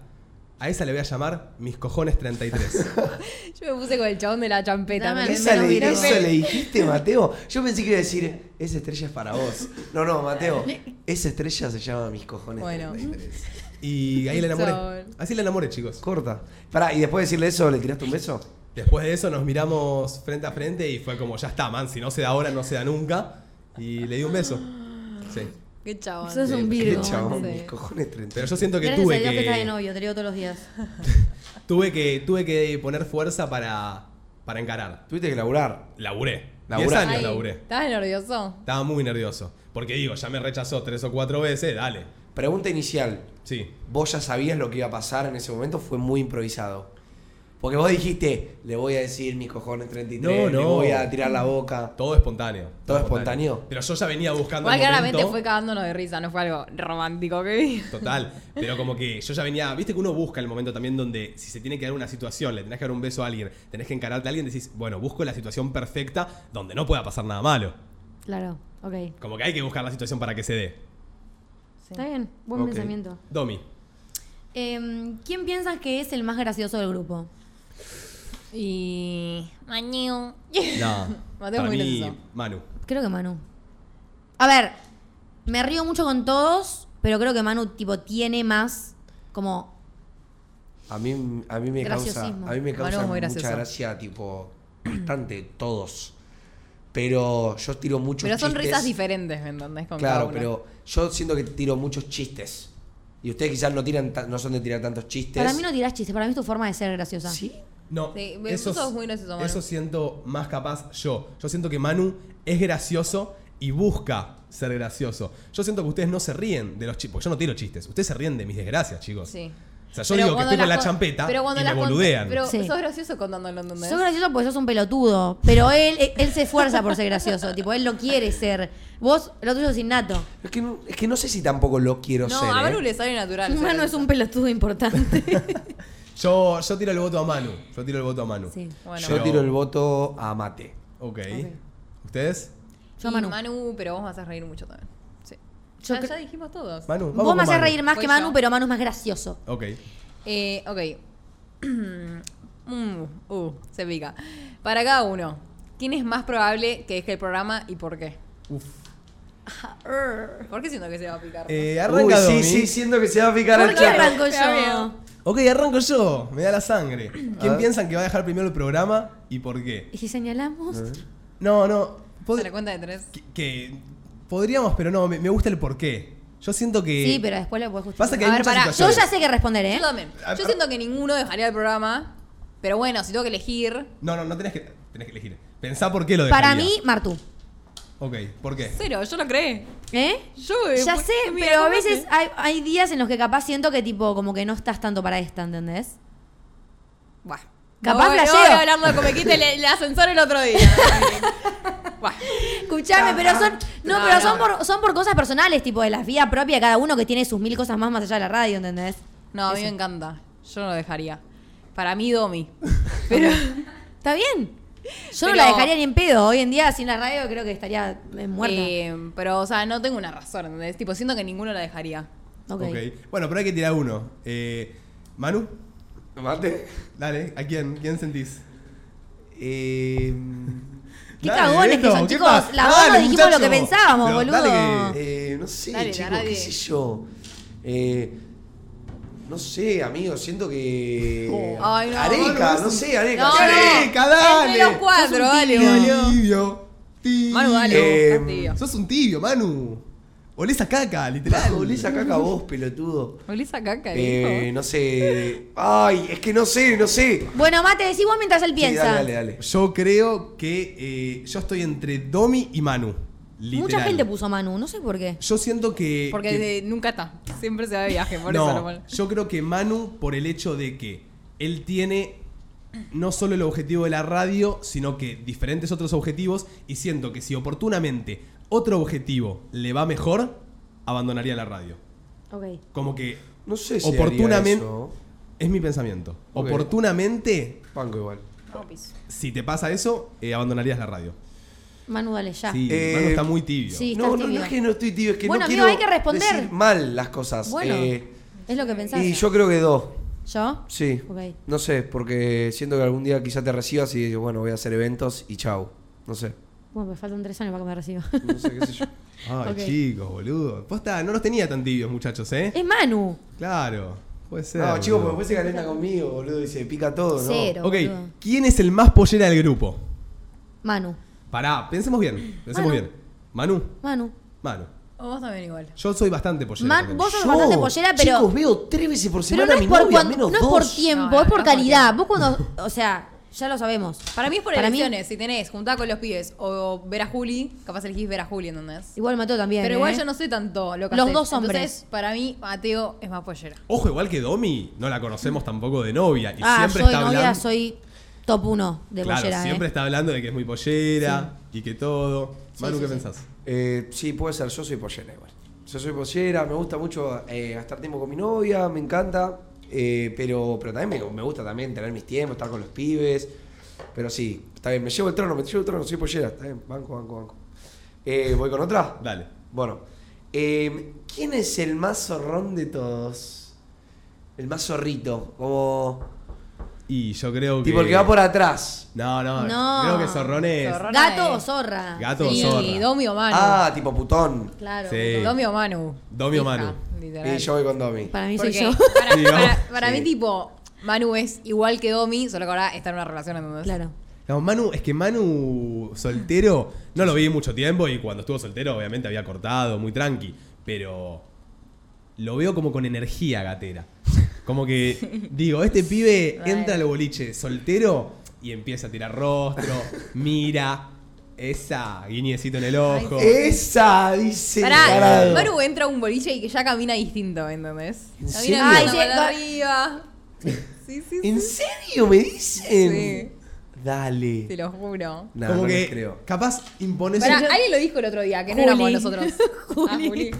Speaker 1: a esa le voy a llamar mis cojones 33.
Speaker 4: Yo me puse con el chabón de la champeta.
Speaker 3: Dame
Speaker 4: ¿no?
Speaker 3: al
Speaker 2: ¿Esa
Speaker 3: menos
Speaker 2: le,
Speaker 3: mirá,
Speaker 2: eso
Speaker 3: pero-
Speaker 2: le dijiste, Mateo? Yo pensé que iba a decir, esa estrella es para vos. No, no, Mateo, esa estrella se llama Mis Cojones
Speaker 4: Bueno.
Speaker 2: 33.
Speaker 1: Y ahí la enamoré.
Speaker 4: Sol.
Speaker 1: Así la enamoré, chicos.
Speaker 2: Corta. Pará, y después de decirle eso, ¿le tiraste un beso?
Speaker 1: Después de eso nos miramos frente a frente y fue como, ya está, man, si no se da ahora, no se da nunca. Y le di un beso. Sí.
Speaker 4: Qué chabón.
Speaker 3: Sos un
Speaker 1: Sí,
Speaker 2: Qué
Speaker 3: virgo.
Speaker 2: chabón,
Speaker 4: sí.
Speaker 2: Mis Cojones 33.
Speaker 1: Pero yo siento que
Speaker 3: Gracias a
Speaker 1: tuve
Speaker 3: Dios que estás de
Speaker 1: que,
Speaker 3: novio, te digo todos los días.
Speaker 1: tuve que tuve que poner fuerza para, para encarar.
Speaker 2: Tuviste que laburar.
Speaker 1: Laburé.
Speaker 2: Laburá.
Speaker 1: 10 años
Speaker 4: Ay,
Speaker 1: laburé.
Speaker 4: ¿Estabas nervioso?
Speaker 1: Estaba muy nervioso. Porque digo, ya me rechazó tres o cuatro veces, dale.
Speaker 2: Pregunta inicial.
Speaker 1: Sí.
Speaker 2: Vos ya sabías lo que iba a pasar en ese momento, fue muy improvisado. Porque vos dijiste, le voy a decir mis cojones 33,
Speaker 1: No,
Speaker 2: le
Speaker 1: no.
Speaker 2: voy a tirar la boca.
Speaker 1: Todo espontáneo.
Speaker 2: Todo espontáneo.
Speaker 1: Pero yo ya venía buscando.
Speaker 4: Igual
Speaker 1: el momento,
Speaker 4: claramente fue cagándonos de risa, no fue algo romántico que vi.
Speaker 1: Total. Pero como que yo ya venía. Viste que uno busca el momento también donde si se tiene que dar una situación, le tenés que dar un beso a alguien, tenés que encararte a alguien, decís, bueno, busco la situación perfecta donde no pueda pasar nada malo.
Speaker 3: Claro, ok.
Speaker 1: Como que hay que buscar la situación para que se dé.
Speaker 3: Está bien, buen
Speaker 2: Ok.
Speaker 3: pensamiento.
Speaker 1: Domi.
Speaker 3: Em, ¿Quién piensas que es el más gracioso del grupo?
Speaker 4: Y. Mañu.
Speaker 1: No.
Speaker 4: Mateo es
Speaker 1: para
Speaker 4: muy
Speaker 1: mí,
Speaker 4: gracioso.
Speaker 1: Manu.
Speaker 3: Creo que Manu. A ver, me río mucho con todos, pero creo que Manu tipo tiene más como
Speaker 2: A mí, a mí me causa,
Speaker 3: Graciosismo.
Speaker 2: a mí me causa
Speaker 4: Manu es muy
Speaker 2: mucha
Speaker 4: gracioso.
Speaker 2: gracia, tipo, bastante, todos. Pero yo tiro muchos
Speaker 4: Pero son
Speaker 2: chistes.
Speaker 4: risas diferentes, ¿me entendés? Con cada
Speaker 2: Claro,
Speaker 4: uno.
Speaker 2: pero yo siento que tiro muchos chistes. Y ustedes quizás no tiran ta- no son de tirar tantos chistes.
Speaker 3: Para mí no tirás chistes, para mí es tu forma de ser graciosa.
Speaker 2: ¿Sí?
Speaker 1: No.
Speaker 4: Sí, me- vos sos muy gracioso, Manu.
Speaker 1: eso siento más capaz yo. Yo siento que Manu es gracioso y busca ser gracioso. Yo siento que ustedes no se ríen de los chistes. Porque yo no tiro chistes. Ustedes se ríen de mis desgracias, chicos.
Speaker 4: Sí.
Speaker 1: O sea, yo
Speaker 4: Pero
Speaker 1: digo que
Speaker 4: cuando
Speaker 1: estoy con
Speaker 4: las
Speaker 1: la
Speaker 4: con-
Speaker 1: champeta
Speaker 4: pero cuando
Speaker 1: y me
Speaker 4: las con-
Speaker 1: boludean.
Speaker 4: Pero
Speaker 3: Sí.
Speaker 4: sos gracioso contándolo, ¿entendés?
Speaker 3: Sos gracioso porque sos un pelotudo, pero él, él, él se esfuerza por ser gracioso, tipo, él lo quiere ser. Vos, lo tuyo es innato.
Speaker 2: Es que, no- es que no sé si tampoco lo quiero
Speaker 4: No,
Speaker 2: ser.
Speaker 4: a
Speaker 2: ¿eh?
Speaker 4: Manu le sale natural. ser
Speaker 3: Manu es un pelotudo importante.
Speaker 1: Yo, yo tiro el voto a Manu. Yo tiro el voto a Manu.
Speaker 3: Sí.
Speaker 4: Bueno.
Speaker 2: Yo
Speaker 1: Pero-
Speaker 2: tiro el voto a Mate.
Speaker 1: Ok. ¿Ustedes?
Speaker 3: Yo a
Speaker 4: Y
Speaker 3: Manu.
Speaker 4: pero vos me haces reír mucho también. Sí.
Speaker 3: Yo
Speaker 4: ya,
Speaker 3: cre-
Speaker 4: ya dijimos todos.
Speaker 1: Manu, vamos
Speaker 3: Vos
Speaker 1: con
Speaker 3: me hacés
Speaker 1: Manu.
Speaker 3: reír más que
Speaker 4: Voy
Speaker 3: Manu,
Speaker 4: yo.
Speaker 3: pero Manu es más gracioso.
Speaker 1: Ok.
Speaker 4: Eh, ok. Mm, uh, se pica. Para cada uno, ¿quién es más probable que deje el programa y por qué?
Speaker 1: Uf.
Speaker 4: ¿Por qué siento que se va a picar?
Speaker 1: Eh, arranca
Speaker 2: Uy,
Speaker 1: Domi.
Speaker 2: sí, sí, siento que se va a picar
Speaker 3: ¿Por
Speaker 2: el
Speaker 3: qué
Speaker 2: chat.
Speaker 3: arranco
Speaker 4: Me da miedo.
Speaker 3: yo?
Speaker 1: Ok, arranco yo. Me da la sangre. ¿Quién
Speaker 2: ver.
Speaker 1: piensan que va a dejar primero el programa y por qué?
Speaker 3: ¿Y si señalamos?
Speaker 1: No, no. pod-
Speaker 4: ¿Se la cuenta de tres?
Speaker 1: que, que podríamos, pero no. Me, me gusta el por qué. Yo siento que.
Speaker 3: Sí, pero después lo puedes justificar.
Speaker 1: Pasa que
Speaker 4: A
Speaker 1: hay
Speaker 4: ver,
Speaker 1: muchas
Speaker 4: pará, yo
Speaker 3: Yo
Speaker 1: situaciones.
Speaker 3: ya sé qué responder, ¿eh?
Speaker 4: Yo también.
Speaker 1: Ah,
Speaker 4: Yo
Speaker 1: pero-
Speaker 4: siento que ninguno dejaría el programa, pero bueno, si tengo que elegir...
Speaker 1: No, no, no tenés que, tenés que elegir. Pensá por qué lo dejaría.
Speaker 3: Para mí, Martu.
Speaker 1: Ok, ¿por qué?
Speaker 4: Cero, yo lo creé.
Speaker 3: ¿Eh?
Speaker 4: Yo, eh,
Speaker 3: Ya
Speaker 4: ¿por
Speaker 3: sé,
Speaker 4: qué me
Speaker 3: pero a
Speaker 4: dejaste?
Speaker 3: veces hay, hay días en los que capaz siento que tipo como que no estás tanto para esta, ¿entendés?
Speaker 4: Buah.
Speaker 3: Capaz
Speaker 4: no, voy-
Speaker 3: flasheo.
Speaker 4: No voy a hablarlo como me quite el, el ascensor el otro día. Buah.
Speaker 3: Escuchame, pero son no,
Speaker 4: No,
Speaker 3: pero
Speaker 4: no.
Speaker 3: son por son por cosas personales, tipo de la vida propia de cada uno que tiene sus mil cosas más más allá de la radio, ¿entendés?
Speaker 4: No, a mí me encanta. Yo no lo dejaría. Para mí, Domi. Pero...
Speaker 3: Está bien. Yo no
Speaker 4: Pero-
Speaker 3: la dejaría ni en pedo. Hoy en día sin la radio creo que estaría eh, muerta.
Speaker 4: Eh, pero, o sea, no tengo una razón, ¿entendés? Tipo, siento que ninguno la dejaría.
Speaker 3: ok.
Speaker 1: Ok. Bueno, pero hay que tirar uno. Eh, Manu,
Speaker 2: Mate.
Speaker 1: dale, ¿a quién? ¿Quién sentís?
Speaker 2: Eh,
Speaker 3: Qué
Speaker 1: Dale,
Speaker 3: cagones que
Speaker 1: Beto,
Speaker 3: son,
Speaker 1: ¿qué
Speaker 3: chicos.
Speaker 1: pasa?
Speaker 3: La verdad
Speaker 1: Dale,
Speaker 3: dijimos
Speaker 1: muchacho.
Speaker 3: lo que pensábamos,
Speaker 1: Pero
Speaker 3: boludo.
Speaker 1: dale que-
Speaker 2: eh, no sé,
Speaker 4: Dale,
Speaker 2: chicos,
Speaker 4: nadie.
Speaker 2: qué sé yo. Eh, no sé, amigo, siento que.
Speaker 4: Oh, Ay, no,
Speaker 2: Areca,
Speaker 1: no,
Speaker 2: no sé, Areca.
Speaker 4: No,
Speaker 1: ¡Dale,
Speaker 4: no.
Speaker 1: dale!
Speaker 4: Es de los cuatro, dale, boludo.
Speaker 1: Tibio, tibio.
Speaker 4: Manu, dale.
Speaker 2: Eh,
Speaker 4: vos, tío.
Speaker 1: Sos un tibio, Manu. Olés a caca, literal.
Speaker 2: Claro, olés a caca vos, pelotudo.
Speaker 4: Olés a caca,
Speaker 2: Eh,
Speaker 4: dijo.
Speaker 2: no sé. Ay, es que no sé, no sé.
Speaker 3: Bueno, Mate, decí vos mientras él
Speaker 2: Sí,
Speaker 3: piensa.
Speaker 2: dale, dale, dale.
Speaker 1: Yo creo que eh, yo estoy entre Domi y Manu. Literal.
Speaker 3: Mucha gente puso Manu, no sé por qué.
Speaker 1: Yo siento que.
Speaker 3: eh,
Speaker 4: Porque
Speaker 1: que-
Speaker 4: de- nunca está. Siempre se va de viaje, por
Speaker 1: no,
Speaker 4: eso lo pone.
Speaker 1: yo creo que Manu, por el hecho de que él tiene no solo el objetivo de la radio, sino que diferentes otros objetivos, y siento que si oportunamente otro objetivo le va mejor, abandonaría la radio.
Speaker 3: Ok.
Speaker 1: Como que
Speaker 2: No sé si.
Speaker 1: Oportunamente-
Speaker 2: haría eso.
Speaker 1: es mi pensamiento.
Speaker 2: Ok.
Speaker 1: Oportunamente
Speaker 2: Banco igual.
Speaker 4: No, piso.
Speaker 1: Si te pasa eso, eh, abandonarías la radio.
Speaker 3: Manu, dale, ya.
Speaker 1: Sí,
Speaker 2: Eh,
Speaker 1: Manu está muy tibio.
Speaker 3: sí.
Speaker 2: No,
Speaker 3: estás
Speaker 2: no, no
Speaker 3: tibio.
Speaker 2: es que no estoy tibio, es que
Speaker 3: Bueno,
Speaker 2: no
Speaker 3: amigo,
Speaker 2: quiero
Speaker 3: hay que responder.
Speaker 2: decir mal las cosas.
Speaker 3: Bueno,
Speaker 2: Eh,
Speaker 3: es lo que pensás.
Speaker 2: y yo creo que dos.
Speaker 3: ¿Yo?
Speaker 2: Sí.
Speaker 3: Ok.
Speaker 2: No sé, porque siento que algún día quizá te recibas y dices, bueno, voy a hacer eventos y chau. No sé.
Speaker 3: Bueno, me faltan tres años para que me reciba.
Speaker 2: No sé qué sé yo.
Speaker 1: Ay,
Speaker 3: Ok.
Speaker 1: chicos, boludo. Posta, no los tenía tan tibios, muchachos, ¿eh?
Speaker 3: es Manu.
Speaker 1: Claro, puede ser.
Speaker 2: No, chicos, pues, porque
Speaker 1: boludo.
Speaker 2: después se calienta conmigo, boludo, y se pica todo, ¿no?
Speaker 3: Cero.
Speaker 1: Ok,
Speaker 3: boludo.
Speaker 1: ¿quién es el más pollera del grupo?
Speaker 3: Manu.
Speaker 1: Pará, pensemos bien, pensemos
Speaker 3: Manu.
Speaker 1: bien. Manu,
Speaker 3: Manu.
Speaker 1: Manu.
Speaker 4: O vos también igual.
Speaker 1: Yo soy bastante pollera.
Speaker 3: Man-
Speaker 1: también.
Speaker 3: vos sos bastante pollera, pero-
Speaker 2: Chicos, veo tres veces por
Speaker 3: Pero
Speaker 2: semana
Speaker 3: no
Speaker 2: a
Speaker 3: es
Speaker 2: mi
Speaker 3: por,
Speaker 2: novia,
Speaker 3: cuando-
Speaker 2: menos
Speaker 3: no es
Speaker 2: dos.
Speaker 3: por tiempo,
Speaker 4: No, no,
Speaker 3: es por
Speaker 4: no,
Speaker 3: calidad. Vos cuando. O sea, ya lo sabemos.
Speaker 4: Para mí es por
Speaker 3: Para mí-
Speaker 4: elecciones. Si tenés, juntá con los pibes o ver a Juli, capaz elegís ver a Juli, ¿entendés?
Speaker 3: Igual Mateo también.
Speaker 4: Pero igual
Speaker 3: ¿eh?
Speaker 4: yo no sé tanto lo que
Speaker 3: Los
Speaker 4: haces.
Speaker 3: dos hombres.
Speaker 4: Entonces, para mí, Mateo es más pollera.
Speaker 1: Ojo, igual que Domi, no la conocemos tampoco de novia. Y
Speaker 3: Ah,
Speaker 1: siempre
Speaker 3: yo de
Speaker 1: está
Speaker 3: novia
Speaker 1: hablando.
Speaker 3: soy top 1 de
Speaker 1: claro,
Speaker 3: pollera.
Speaker 1: siempre
Speaker 3: ¿eh?
Speaker 1: está hablando de que es muy pollera y que todo. Manu, ¿qué pensás?
Speaker 2: Eh, sí, puede ser, yo soy pollera igual. Yo soy pollera, me gusta mucho eh, gastar tiempo con mi novia, me encanta, eh, pero, pero también me, me gusta también tener mis tiempos, estar con los pibes. Pero sí, está bien, me llevo el trono, me llevo el trono, soy pollera, está bien, banco, banco, banco. Eh, ¿Voy con otra?
Speaker 1: Dale.
Speaker 2: Bueno, eh, ¿quién es el más zorrón de todos? El más zorrito, como...
Speaker 1: Y yo creo que.
Speaker 2: Tipo el que va por atrás.
Speaker 1: No, no,
Speaker 3: No.
Speaker 1: Creo que zorrones.
Speaker 4: Zorrón.
Speaker 3: Gato
Speaker 4: Rona,
Speaker 3: o
Speaker 4: eh.
Speaker 3: zorra.
Speaker 1: Gato o
Speaker 4: Sí,
Speaker 1: zorra.
Speaker 4: Domi o Manu.
Speaker 2: Ah, tipo putón.
Speaker 3: Claro.
Speaker 1: Sí.
Speaker 4: Domi o Manu.
Speaker 1: Domi o Manu.
Speaker 4: Literal.
Speaker 2: Y yo voy con Domi.
Speaker 3: Para mí soy
Speaker 4: Porque
Speaker 3: yo.
Speaker 4: Para,
Speaker 1: Digamos.
Speaker 4: para- para mí, tipo, Manu es igual que Domi, solo que ahora está en una relación, ¿entendés?
Speaker 3: Claro.
Speaker 1: No, Manu, es que Manu soltero, no lo vi mucho tiempo y cuando estuvo soltero obviamente había cortado, muy tranqui, pero lo veo como con energía gatera. Como que, digo, este pibe
Speaker 4: Bueno.
Speaker 1: entra al boliche soltero y empieza a tirar rostro, mira, esa guiñecito en el ojo.
Speaker 2: Esa, dice.
Speaker 4: Pará,
Speaker 2: tarado.
Speaker 4: Manu entra a un boliche y que ya camina distinto, ¿entendés?
Speaker 2: ¿En serio?
Speaker 4: Camina
Speaker 3: Ay,
Speaker 4: con
Speaker 3: sí,
Speaker 4: la mano
Speaker 3: va-
Speaker 4: arriba. Sí, sí, sí.
Speaker 2: ¿En serio me dicen? Dale.
Speaker 4: Te lo juro.
Speaker 2: No,
Speaker 1: como
Speaker 2: no
Speaker 1: que,
Speaker 2: les creo.
Speaker 1: capaz impones...
Speaker 4: Pará, alguien lo dijo el otro día, que
Speaker 3: Juli.
Speaker 4: no éramos nosotros. Ah,
Speaker 3: Juli.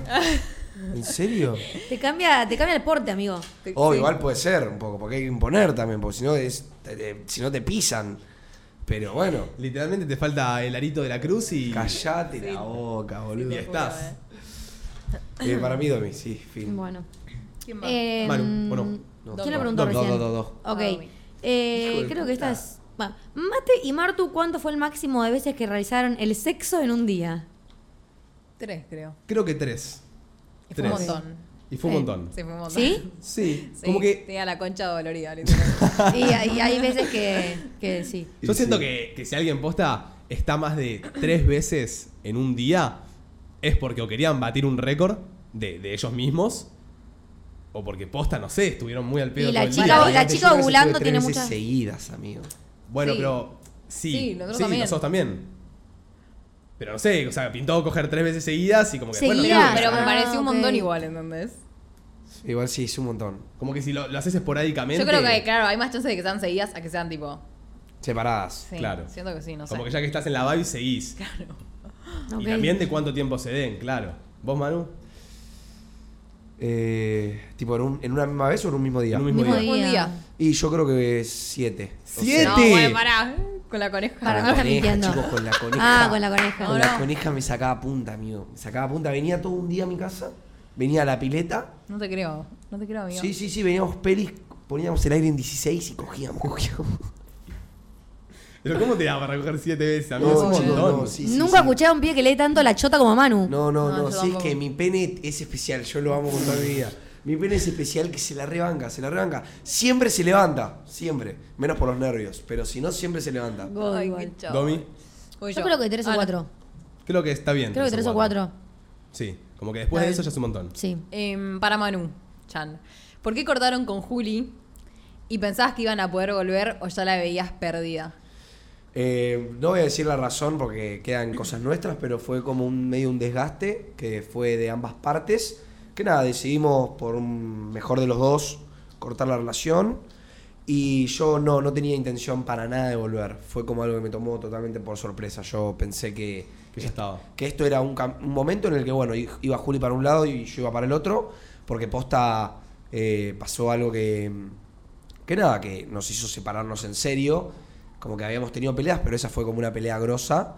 Speaker 2: ¿En serio?
Speaker 3: Te cambia, te cambia el porte, amigo.
Speaker 4: Juli.
Speaker 2: Oh,
Speaker 4: Sí.
Speaker 2: igual puede ser un poco, porque hay que imponer también, porque si no, es, te- te- si no te pisan. Pero bueno,
Speaker 1: Literalmente te falta el arito de la cruz y...
Speaker 2: callate la boca, boludo.
Speaker 1: Y estás.
Speaker 2: Eh, para mí, Domi, sí, fin.
Speaker 3: Bueno.
Speaker 4: ¿Quién va?
Speaker 3: Eh,
Speaker 1: Manu, ¿o no?
Speaker 2: No,
Speaker 3: ¿Quién
Speaker 2: no,
Speaker 3: lo preguntó
Speaker 2: no, no,
Speaker 3: recién?
Speaker 2: no, no, no.
Speaker 3: Ok.
Speaker 4: Ah, Domi.
Speaker 3: Eh,
Speaker 2: Hijo de
Speaker 3: creo que esta
Speaker 2: puta.
Speaker 3: es... va. Mate y Martu, ¿cuánto fue el máximo de veces que realizaron el sexo en un día?
Speaker 4: Tres, creo.
Speaker 1: Creo que tres.
Speaker 4: Y fue un
Speaker 1: Tres.
Speaker 4: montón.
Speaker 1: Y fue un
Speaker 3: Eh,
Speaker 1: montón.
Speaker 4: Sí, fue un montón.
Speaker 3: ¿Sí?
Speaker 1: Sí,
Speaker 4: Sí,
Speaker 1: como que
Speaker 4: Tenía la concha dolorida, literal.
Speaker 3: y, hay- y hay veces que, que sí.
Speaker 1: Yo
Speaker 2: Y
Speaker 1: siento
Speaker 2: sí.
Speaker 1: que, que si alguien posta está más de tres veces en un día, es porque o querían batir un récord de, de ellos mismos, o porque posta, no sé, estuvieron muy al pedo
Speaker 3: Y la
Speaker 1: todo el
Speaker 3: chica-
Speaker 1: día.
Speaker 3: la
Speaker 2: Antes
Speaker 3: chica
Speaker 2: yo una vez
Speaker 3: ovulando
Speaker 2: estuve tres
Speaker 3: tiene
Speaker 2: veces
Speaker 3: muchas-
Speaker 2: seguidas, amigo.
Speaker 1: Bueno,
Speaker 4: Sí.
Speaker 1: pero sí,
Speaker 4: Sí,
Speaker 1: sí,
Speaker 4: nosotros
Speaker 1: nosotros,
Speaker 4: también.
Speaker 1: también. Pero no sé, o sea, pintó coger tres veces seguidas y como que después lo
Speaker 3: Seguidas.
Speaker 1: digo,
Speaker 4: Pero
Speaker 1: o
Speaker 4: me
Speaker 1: sea,
Speaker 3: Ah,
Speaker 4: pareció un montón
Speaker 3: ok.
Speaker 4: igual, ¿entendés?
Speaker 2: Igual sí, es un montón.
Speaker 1: Como que si lo, lo haces esporádicamente.
Speaker 4: Yo creo que, claro, hay más chances de que sean seguidas a que sean tipo.
Speaker 2: Separadas.
Speaker 4: Sí,
Speaker 1: Claro.
Speaker 4: Siento que sí, no sé.
Speaker 1: Como que ya que estás en la vibe seguís.
Speaker 3: Ok.
Speaker 1: Y también de cuánto tiempo se den, claro. ¿Vos, Manu?
Speaker 2: Eh, tipo, en, un- en una misma vez o en un mismo día.
Speaker 1: En un
Speaker 3: Mismo
Speaker 1: día.
Speaker 3: día.
Speaker 4: Un día.
Speaker 2: Y yo creo que siete. O
Speaker 1: ¡Siete!
Speaker 4: No, bueno, pará. Con la coneja.
Speaker 3: Para,
Speaker 2: Con
Speaker 3: no
Speaker 2: la
Speaker 3: estás
Speaker 2: coneja,
Speaker 3: mintiendo.
Speaker 2: chicos, con la coneja.
Speaker 3: Ah, con la coneja.
Speaker 2: Con
Speaker 4: No,
Speaker 2: la
Speaker 4: no.
Speaker 2: coneja me sacaba punta, amigo. Me sacaba punta. Venía todo un día a mi casa. Venía a la pileta.
Speaker 4: No te creo. No te creo, amigo.
Speaker 2: Sí, sí, sí. Veníamos pelis. Poníamos el aire en 16 y cogíamos, cogíamos.
Speaker 1: Pero ¿cómo te da para coger siete veces? Amigo, es un
Speaker 2: chicos,
Speaker 1: montón.
Speaker 2: no, sí, sí,
Speaker 3: Nunca
Speaker 2: sí.
Speaker 3: escuché a un pibe que lee tanto la chota como a Manu.
Speaker 2: No, no,
Speaker 4: No,
Speaker 2: no.
Speaker 4: yo
Speaker 2: sí, es
Speaker 4: tampoco.
Speaker 2: que mi pene es especial. Yo lo amo con toda mi vida. Mi pene es especial que se la rebanca, se la rebanca. Siempre se levanta, siempre. Menos por los nervios, pero si no, siempre se levanta.
Speaker 3: God,
Speaker 4: Ay,
Speaker 3: igual.
Speaker 4: qué chavo.
Speaker 1: Domi.
Speaker 4: Voy
Speaker 3: Yo creo que tres
Speaker 4: Ah,
Speaker 3: o
Speaker 4: no.
Speaker 3: cuatro.
Speaker 1: Creo que está bien.
Speaker 3: Creo que tres o cuatro.
Speaker 1: Sí, como que después
Speaker 4: Está
Speaker 1: de eso ya
Speaker 4: bien.
Speaker 1: es un montón.
Speaker 3: Sí.
Speaker 4: Em, para Manu, Chan. ¿Por qué cortaron con Juli y pensabas que iban a poder volver o ya la veías perdida?
Speaker 2: Eh, no voy a decir la razón porque quedan cosas nuestras, pero fue como un medio un desgaste que fue de ambas partes. Que nada, decidimos por un mejor de los dos cortar la relación. Y yo no, no tenía intención para nada de volver. Fue como algo que me tomó totalmente por sorpresa. Yo pensé que,
Speaker 1: Que ya estaba.
Speaker 2: que esto era un, cam- un momento en el que, bueno, i- iba Juli para un lado y yo iba para el otro, porque posta eh, pasó algo que, que nada, que nos hizo separarnos en serio, como que habíamos tenido peleas, pero esa fue como una pelea grosa.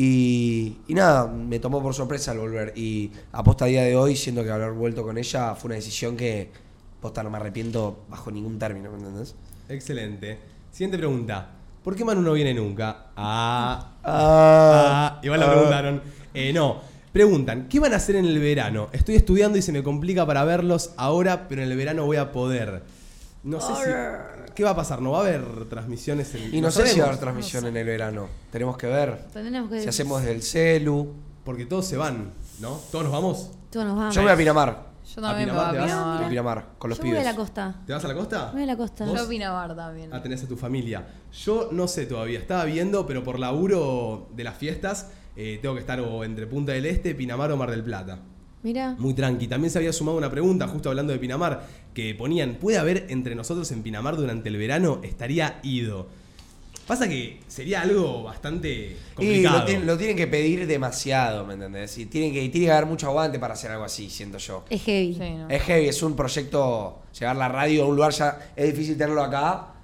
Speaker 2: Y, y nada, me tomó por sorpresa el volver. Y aposta a día de hoy, siendo que haber vuelto con ella fue una decisión que posta no me arrepiento bajo ningún término, ¿me entendés?
Speaker 1: Excelente. Siguiente pregunta. ¿Por qué Manu no viene nunca? Ah, ah, igual la
Speaker 2: ah.
Speaker 1: preguntaron. Eh, no. Preguntan, ¿qué van a hacer en el verano? Estoy estudiando y se me complica para verlos ahora, pero en el verano voy a poder. No sé si. ¿Qué va a pasar? ¿No va a haber transmisiones en
Speaker 2: Y no, sé si va a
Speaker 1: sabemos,
Speaker 2: haber transmisión en el verano. Tenemos que ver.
Speaker 3: Tenemos que.
Speaker 2: Si hacemos desde el celu.
Speaker 1: Porque todos se van, ¿no? Todos nos vamos.
Speaker 3: Todos nos vamos.
Speaker 2: Yo voy a Pinamar.
Speaker 4: Yo también
Speaker 1: ¿A
Speaker 4: me voy a
Speaker 1: Pinamar te vas?
Speaker 2: A
Speaker 4: Pinamar.
Speaker 2: Pinamar, con los
Speaker 3: Ah, Yo
Speaker 2: pibes.
Speaker 3: voy a la costa.
Speaker 1: ¿Te vas a la costa?
Speaker 3: Voy a la costa.
Speaker 1: ¿Vos?
Speaker 4: Yo a Pinamar también.
Speaker 1: Ah, tenés a tu familia. Yo no sé todavía, estaba viendo, pero por laburo de las fiestas, eh, tengo que estar o entre Punta del Este, Pinamar o Mar del Plata.
Speaker 3: Mira.
Speaker 1: Muy tranqui. También se había sumado una pregunta, justo hablando de Pinamar, que ponían, ¿puede haber entre nosotros en Pinamar durante el verano? Estaría ido. Pasa que sería algo bastante
Speaker 2: Y lo,
Speaker 1: complicado.
Speaker 2: tienen- lo tienen que pedir demasiado, ¿me entendés? Y tienen que, tiene que haber mucho aguante para hacer algo así, siento yo.
Speaker 3: Es heavy.
Speaker 4: Sí, no.
Speaker 2: Es heavy, es un proyecto. Llevar la radio a un lugar ya es difícil tenerlo acá.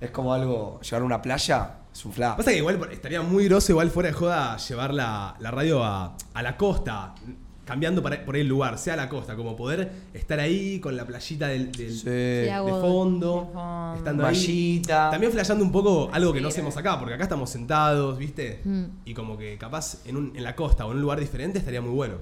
Speaker 2: Es como algo. Llevar a una playa es un fla.
Speaker 1: Pasa que igual estaría muy groso, igual fuera de joda, llevar la, la radio a, a la costa, cambiando para- por ahí el lugar, sea la costa, como poder estar ahí con la playita del, del-
Speaker 2: Sí.
Speaker 1: de fondo, estando ahí.
Speaker 2: Mallita.
Speaker 1: También flasheando un poco algo que no hacemos acá, porque acá estamos sentados, ¿viste?
Speaker 3: Mm.
Speaker 1: Y como que capaz en, un- en la costa o en un lugar diferente estaría muy bueno.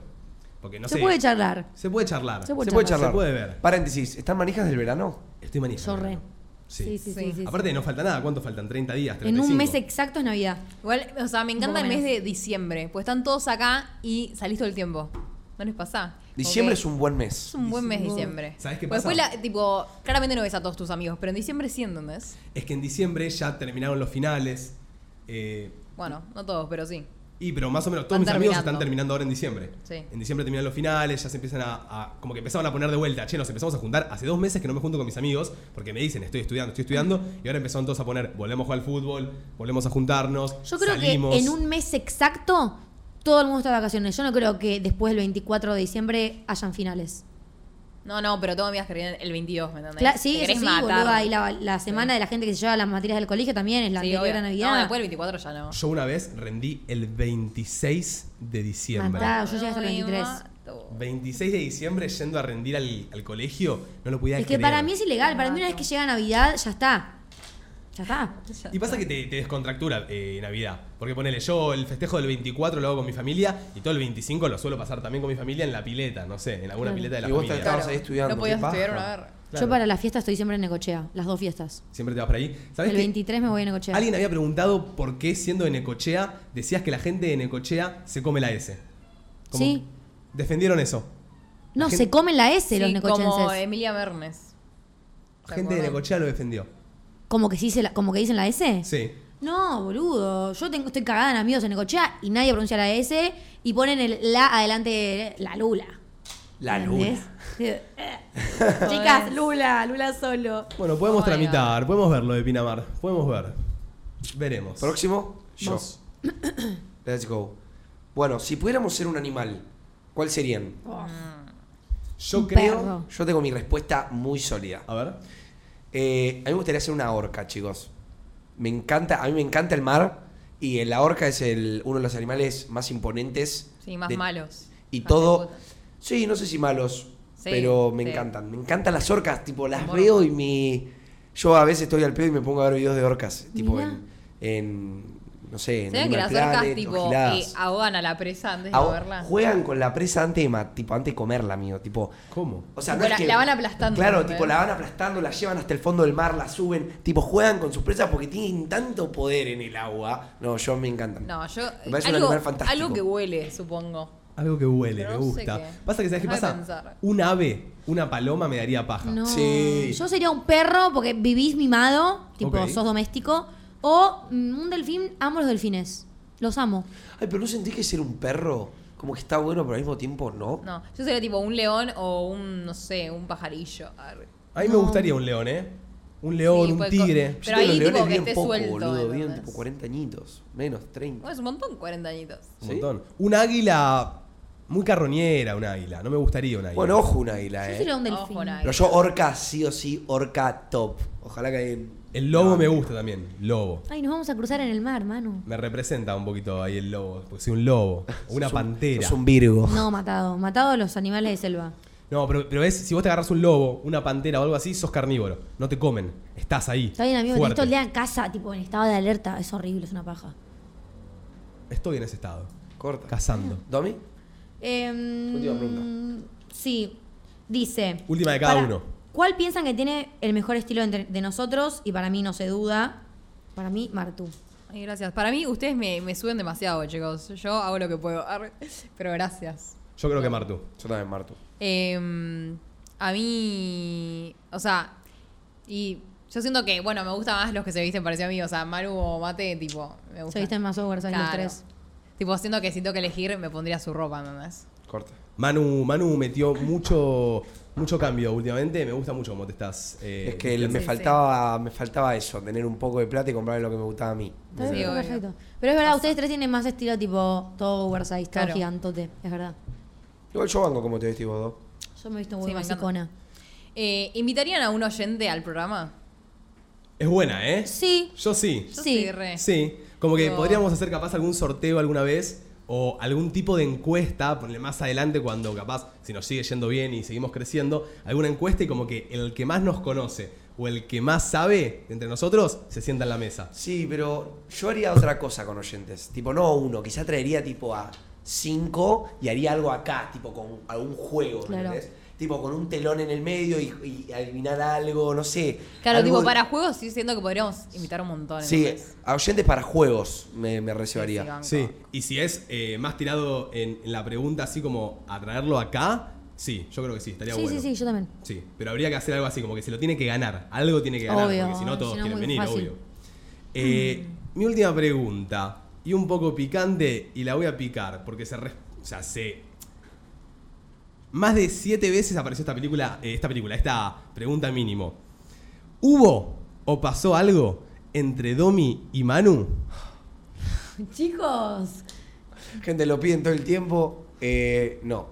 Speaker 1: Porque no
Speaker 3: Se
Speaker 1: sé.
Speaker 3: puede charlar.
Speaker 1: se puede charlar.
Speaker 3: Se puede
Speaker 2: Se puede
Speaker 3: charlar.
Speaker 2: charlar.
Speaker 1: Se puede ver.
Speaker 2: Paréntesis, ¿están manijas del verano?
Speaker 1: Estoy manija.
Speaker 3: Yo re.
Speaker 1: ¿no? Sí.
Speaker 3: Sí, sí, sí.
Speaker 4: Sí.
Speaker 3: sí, sí.
Speaker 1: Aparte, no falta nada. ¿Cuánto faltan? ¿30 días?
Speaker 3: en
Speaker 1: 35.
Speaker 3: un mes exacto es Navidad.
Speaker 4: Igual, o sea, me encanta
Speaker 3: Un
Speaker 4: el
Speaker 3: poco
Speaker 4: mes
Speaker 3: menos.
Speaker 4: de diciembre, pues están todos acá y salís todo el tiempo. No les pasa.
Speaker 2: Diciembre
Speaker 4: Como
Speaker 2: es un buen
Speaker 4: que
Speaker 2: mes.
Speaker 4: es un buen mes
Speaker 1: Diciembre.
Speaker 4: diciembre.
Speaker 1: ¿Sabés qué
Speaker 4: Pues
Speaker 1: pasa?
Speaker 4: Después, la- tipo, claramente no ves a todos tus amigos, pero en diciembre sí, ¿entendés?
Speaker 1: Es que en diciembre ya terminaron los finales. eh,
Speaker 4: Bueno, no todos, pero sí.
Speaker 1: y pero más o menos todos mis
Speaker 4: Están
Speaker 1: amigos
Speaker 4: terminando.
Speaker 1: están terminando ahora en diciembre.
Speaker 4: Sí.
Speaker 1: En diciembre terminan los finales, ya se empiezan a, a- como que empezaban a poner de vuelta, che, nos empezamos a juntar. Hace dos meses que no me junto con mis amigos, porque me dicen, estoy estudiando, estoy estudiando, y ahora empezaron todos a poner, volvemos a jugar al fútbol, volvemos a juntarnos.
Speaker 3: Yo creo
Speaker 1: salimos.
Speaker 3: que en un mes exacto todo el mundo está de vacaciones. Yo no creo que después del 24 de diciembre hayan finales.
Speaker 4: No, no, pero tengo amigas que vienen el 22, ¿me entendés?
Speaker 3: Cla-
Speaker 4: Te
Speaker 3: sí,
Speaker 4: querés
Speaker 3: eso sí,
Speaker 4: matar.
Speaker 3: boluda, y la, la semana de la gente que se lleva las materias del colegio también es la
Speaker 4: Sí,
Speaker 3: anterior
Speaker 4: obvio.
Speaker 3: a Navidad.
Speaker 4: No, después del 24 ya no.
Speaker 1: Yo una vez rendí el 26 de diciembre.
Speaker 3: Matá, yo llegué hasta el
Speaker 4: No, me
Speaker 3: 23.
Speaker 4: mato.
Speaker 1: 26 de diciembre yendo a rendir al, al colegio, no lo podía
Speaker 3: Es que
Speaker 1: creer.
Speaker 3: para mí es ilegal. Para mí una vez que llega Navidad ya está. Ya está.
Speaker 1: Y pasa que te, te descontractura eh, Navidad. Porque ponele, yo el festejo del 24 lo hago con mi familia y todo el 25 lo suelo pasar también con mi familia en la pileta, no sé, en alguna
Speaker 3: Claro.
Speaker 1: pileta de la
Speaker 2: Y vos
Speaker 1: familia.
Speaker 2: Estabas ahí estudiando,
Speaker 4: No podías
Speaker 2: qué paja.
Speaker 4: estudiar una verga.
Speaker 1: Claro.
Speaker 3: Yo para la fiesta estoy siempre en Necochea, las dos fiestas.
Speaker 1: Siempre te vas por ahí. ¿Sabes
Speaker 3: El 23 me voy a Necochea.
Speaker 1: Alguien había preguntado por qué siendo de Necochea decías que la gente de Necochea se come la S.
Speaker 3: Sí.
Speaker 1: Defendieron eso.
Speaker 3: No,
Speaker 1: la gente-
Speaker 3: se comen la S los
Speaker 4: Sí,
Speaker 3: necochenses.
Speaker 4: como
Speaker 3: Como,
Speaker 4: Emilia Mernes.
Speaker 1: La
Speaker 4: ¿Se
Speaker 1: gente de
Speaker 4: acuerdan?
Speaker 1: Necochea lo defendió.
Speaker 3: que sí se la- como que dicen la S.
Speaker 1: Sí.
Speaker 3: No, boludo. Yo tengo, estoy cagada en amigos en Necochea y nadie pronuncia la S y ponen el la adelante de la Lula.
Speaker 2: La
Speaker 3: ¿Entendés?
Speaker 2: luna.
Speaker 3: Eh, Chicas, Lula, Lula solo.
Speaker 1: Bueno, podemos
Speaker 4: Oh my
Speaker 1: tramitar, podemos ver lo de Pinamar, podemos ver. Veremos.
Speaker 2: Próximo, yo.
Speaker 1: Vos.
Speaker 2: Let's go. Bueno, si pudiéramos ser un animal, ¿cuál serían?
Speaker 1: Yo
Speaker 3: Un
Speaker 1: creo.
Speaker 3: perro.
Speaker 2: Yo tengo mi respuesta muy sólida.
Speaker 1: A ver.
Speaker 2: Eh, a mí me gustaría ser una orca, chicos. Me encanta, a mí me encanta el mar y la orca es el, uno de los animales más imponentes.
Speaker 4: Sí, más
Speaker 2: de-
Speaker 4: malos.
Speaker 2: Y
Speaker 4: Más
Speaker 2: todo.
Speaker 4: hijueputas.
Speaker 2: Sí, no sé si malos,
Speaker 4: Sí,
Speaker 2: pero me
Speaker 4: sí.
Speaker 2: encantan. Me encantan las orcas, tipo, las
Speaker 4: Morbo.
Speaker 2: veo y me. Yo a veces estoy al pedo y me pongo a ver videos de orcas, tipo
Speaker 3: Mirá.
Speaker 2: en, en, No sé, en.
Speaker 4: ¿Saben que las
Speaker 2: Animal
Speaker 4: orcas
Speaker 2: Planet, o
Speaker 4: tipo eh,
Speaker 2: giladas.
Speaker 4: ahogan a la presa antes de
Speaker 2: Ahora,
Speaker 4: verla?
Speaker 2: Juegan con la presa antes de, ma- tipo, antes de comerla, amigo. Tipo,
Speaker 1: ¿Cómo?
Speaker 2: o sea,
Speaker 4: Tipo,
Speaker 2: no es
Speaker 4: la-
Speaker 2: que-
Speaker 4: la van aplastando,
Speaker 2: Claro,
Speaker 4: ¿entendés?
Speaker 2: tipo, la van aplastando, la llevan hasta el fondo del mar, la suben. Tipo, juegan con sus presas porque tienen tanto poder en el agua. No, yo me encantan.
Speaker 4: No, yo.
Speaker 2: Me parece un
Speaker 4: algo,
Speaker 2: animal fantástico.
Speaker 4: algo que huele, supongo.
Speaker 1: Algo que huele,
Speaker 4: Pero
Speaker 1: me
Speaker 4: no sé
Speaker 1: gusta.
Speaker 4: qué.
Speaker 1: Pasa que, ¿sabes qué
Speaker 4: Deja de
Speaker 1: pasa?
Speaker 4: pensar.
Speaker 1: Un ave, una paloma me daría paja.
Speaker 3: No.
Speaker 2: Sí.
Speaker 3: Yo sería un perro porque vivís mimado, tipo
Speaker 1: Ok.
Speaker 3: sos doméstico. O mm, un delfín, amo los delfines. Los amo.
Speaker 2: Ay, pero no sentís que ser un perro como que está bueno, pero al mismo tiempo no.
Speaker 4: No, yo sería tipo un león o un, no sé, un pajarillo. Arre.
Speaker 1: A mí me
Speaker 3: No.
Speaker 1: gustaría un león, ¿eh? Un león,
Speaker 4: Sí,
Speaker 1: un
Speaker 4: pues,
Speaker 1: tigre.
Speaker 4: Pero
Speaker 2: Yo creo que
Speaker 4: ahí,
Speaker 2: los
Speaker 4: tipo,
Speaker 2: leones
Speaker 4: que
Speaker 2: viven
Speaker 4: esté
Speaker 2: poco,
Speaker 4: suelto,
Speaker 2: boludo. Viven
Speaker 4: ¿entendés?
Speaker 2: tipo 40 añitos, menos, 30.
Speaker 4: Bueno, es un montón 40 añitos.
Speaker 1: Un
Speaker 2: ¿Sí?
Speaker 1: montón. Un águila muy carroñera, un águila. No me gustaría un águila.
Speaker 2: Bueno,
Speaker 1: E.
Speaker 2: ojo un águila,
Speaker 3: Yo
Speaker 2: eh.
Speaker 3: sería un
Speaker 4: Ojo,
Speaker 3: delfín.
Speaker 4: Nai.
Speaker 2: Pero yo orca sí o sí, orca top. Ojalá que en
Speaker 1: El lobo me gusta también. Lobo.
Speaker 3: Ay, nos vamos a cruzar en el mar, mano.
Speaker 1: Me representa un poquito ahí el lobo. Porque soy un lobo. o Una
Speaker 2: Sos un-
Speaker 1: pantera.
Speaker 2: sos un
Speaker 1: Oh.
Speaker 2: Virgo.
Speaker 3: No, matado. Matado a los animales de selva.
Speaker 1: No, pero, pero ves, si vos te agarras un lobo, una pantera o algo así, sos carnívoro. No te comen. Estás ahí.
Speaker 3: Está bien, amigo, tenés
Speaker 1: fuerte.
Speaker 3: todo el día en casa, tipo, en estado de alerta. Es horrible, es una paja.
Speaker 1: Estoy en ese estado.
Speaker 2: Corta.
Speaker 1: Cazando.
Speaker 2: ¿Domi?
Speaker 4: Eh,
Speaker 3: Em,
Speaker 2: Última pregunta.
Speaker 3: Sí. Dice.
Speaker 1: Última de cada
Speaker 3: para-
Speaker 1: uno.
Speaker 3: ¿Cuál piensan que tiene el mejor estilo entre- de nosotros? Y para mí no se duda. Para mí, Martu.
Speaker 4: Ay, gracias. Para mí, ustedes me, me suben demasiado, chicos. Yo hago lo que puedo. Arre. Pero gracias.
Speaker 1: Yo creo que Martu.
Speaker 2: Yo también, Martu.
Speaker 4: Eh, a mí. O sea. Y yo siento que, bueno, me gustan más los que se visten parecido a mí. O sea, Maru o Mate, tipo. Me gusta.
Speaker 3: Se visten más over, ¿sabes? Los
Speaker 4: Claro.
Speaker 3: tres.
Speaker 4: Tipo, siento que si tengo que elegir, me pondría su ropa, mamás.
Speaker 2: Corta.
Speaker 1: Manu, Manu metió mucho, mucho cambio últimamente. Me gusta mucho cómo te estás. eh,
Speaker 2: es que el- me,
Speaker 4: sí.
Speaker 2: faltaba, me faltaba eso, tener un poco de plata y comprar lo que me gustaba a mí.
Speaker 3: Está bien,
Speaker 4: Sí, obvio.
Speaker 3: perfecto. Pero es verdad, ustedes tres tienen más estilo tipo todo oversize, todo
Speaker 4: Claro.
Speaker 3: gigantote. Es verdad.
Speaker 2: Igual yo banco como te vestís vos dos.
Speaker 3: Yo me he visto
Speaker 4: Sí,
Speaker 3: muy
Speaker 4: me encanta.
Speaker 3: basicona.
Speaker 4: Eh, ¿Invitarían a un oyente al programa?
Speaker 1: Es buena, ¿eh?
Speaker 3: Sí.
Speaker 1: Yo sí.
Speaker 4: Yo
Speaker 3: Sí.
Speaker 4: soy re.
Speaker 1: Sí. Como que
Speaker 4: No.
Speaker 1: podríamos hacer capaz algún sorteo alguna vez o algún tipo de encuesta, ponerle más adelante cuando capaz, si nos sigue yendo bien y seguimos creciendo, alguna encuesta y como que el que más nos conoce o el que más sabe entre nosotros se sienta en la mesa.
Speaker 2: Sí, pero yo haría otra cosa con oyentes. Tipo, no uno, quizá traería tipo a cinco y haría algo acá, tipo con algún juego, ¿me
Speaker 3: Claro.
Speaker 2: entendés? Tipo con un telón en el medio y, y adivinar algo, no sé.
Speaker 4: Claro,
Speaker 2: algo-
Speaker 4: tipo, para juegos sí siento que podríamos invitar un montón.
Speaker 2: Sí,
Speaker 4: entonces.
Speaker 2: a oyentes para juegos me, me
Speaker 4: Sí, sí,
Speaker 2: reservaría.
Speaker 4: banco.
Speaker 1: Sí. Y si es eh, más tirado en, en la pregunta así como a traerlo acá, sí, yo creo que sí, estaría
Speaker 3: Sí,
Speaker 1: bueno.
Speaker 3: sí, sí, yo también.
Speaker 1: Sí, pero habría que hacer algo así, como que se lo tiene que ganar. Algo tiene que ganar,
Speaker 3: Obvio,
Speaker 1: porque si no todos
Speaker 3: si no,
Speaker 1: quieren
Speaker 3: muy
Speaker 1: venir,
Speaker 3: fácil. Mm.
Speaker 1: obvio. Eh, Mi última pregunta, y un poco picante, y la voy a picar, porque se... res- o sea, se... Más de siete veces apareció esta película, eh, esta película, esta pregunta mínimo. ¿Hubo o pasó algo entre Domi y Manu?
Speaker 3: Chicos.
Speaker 2: Gente, lo piden todo el tiempo. eh, no,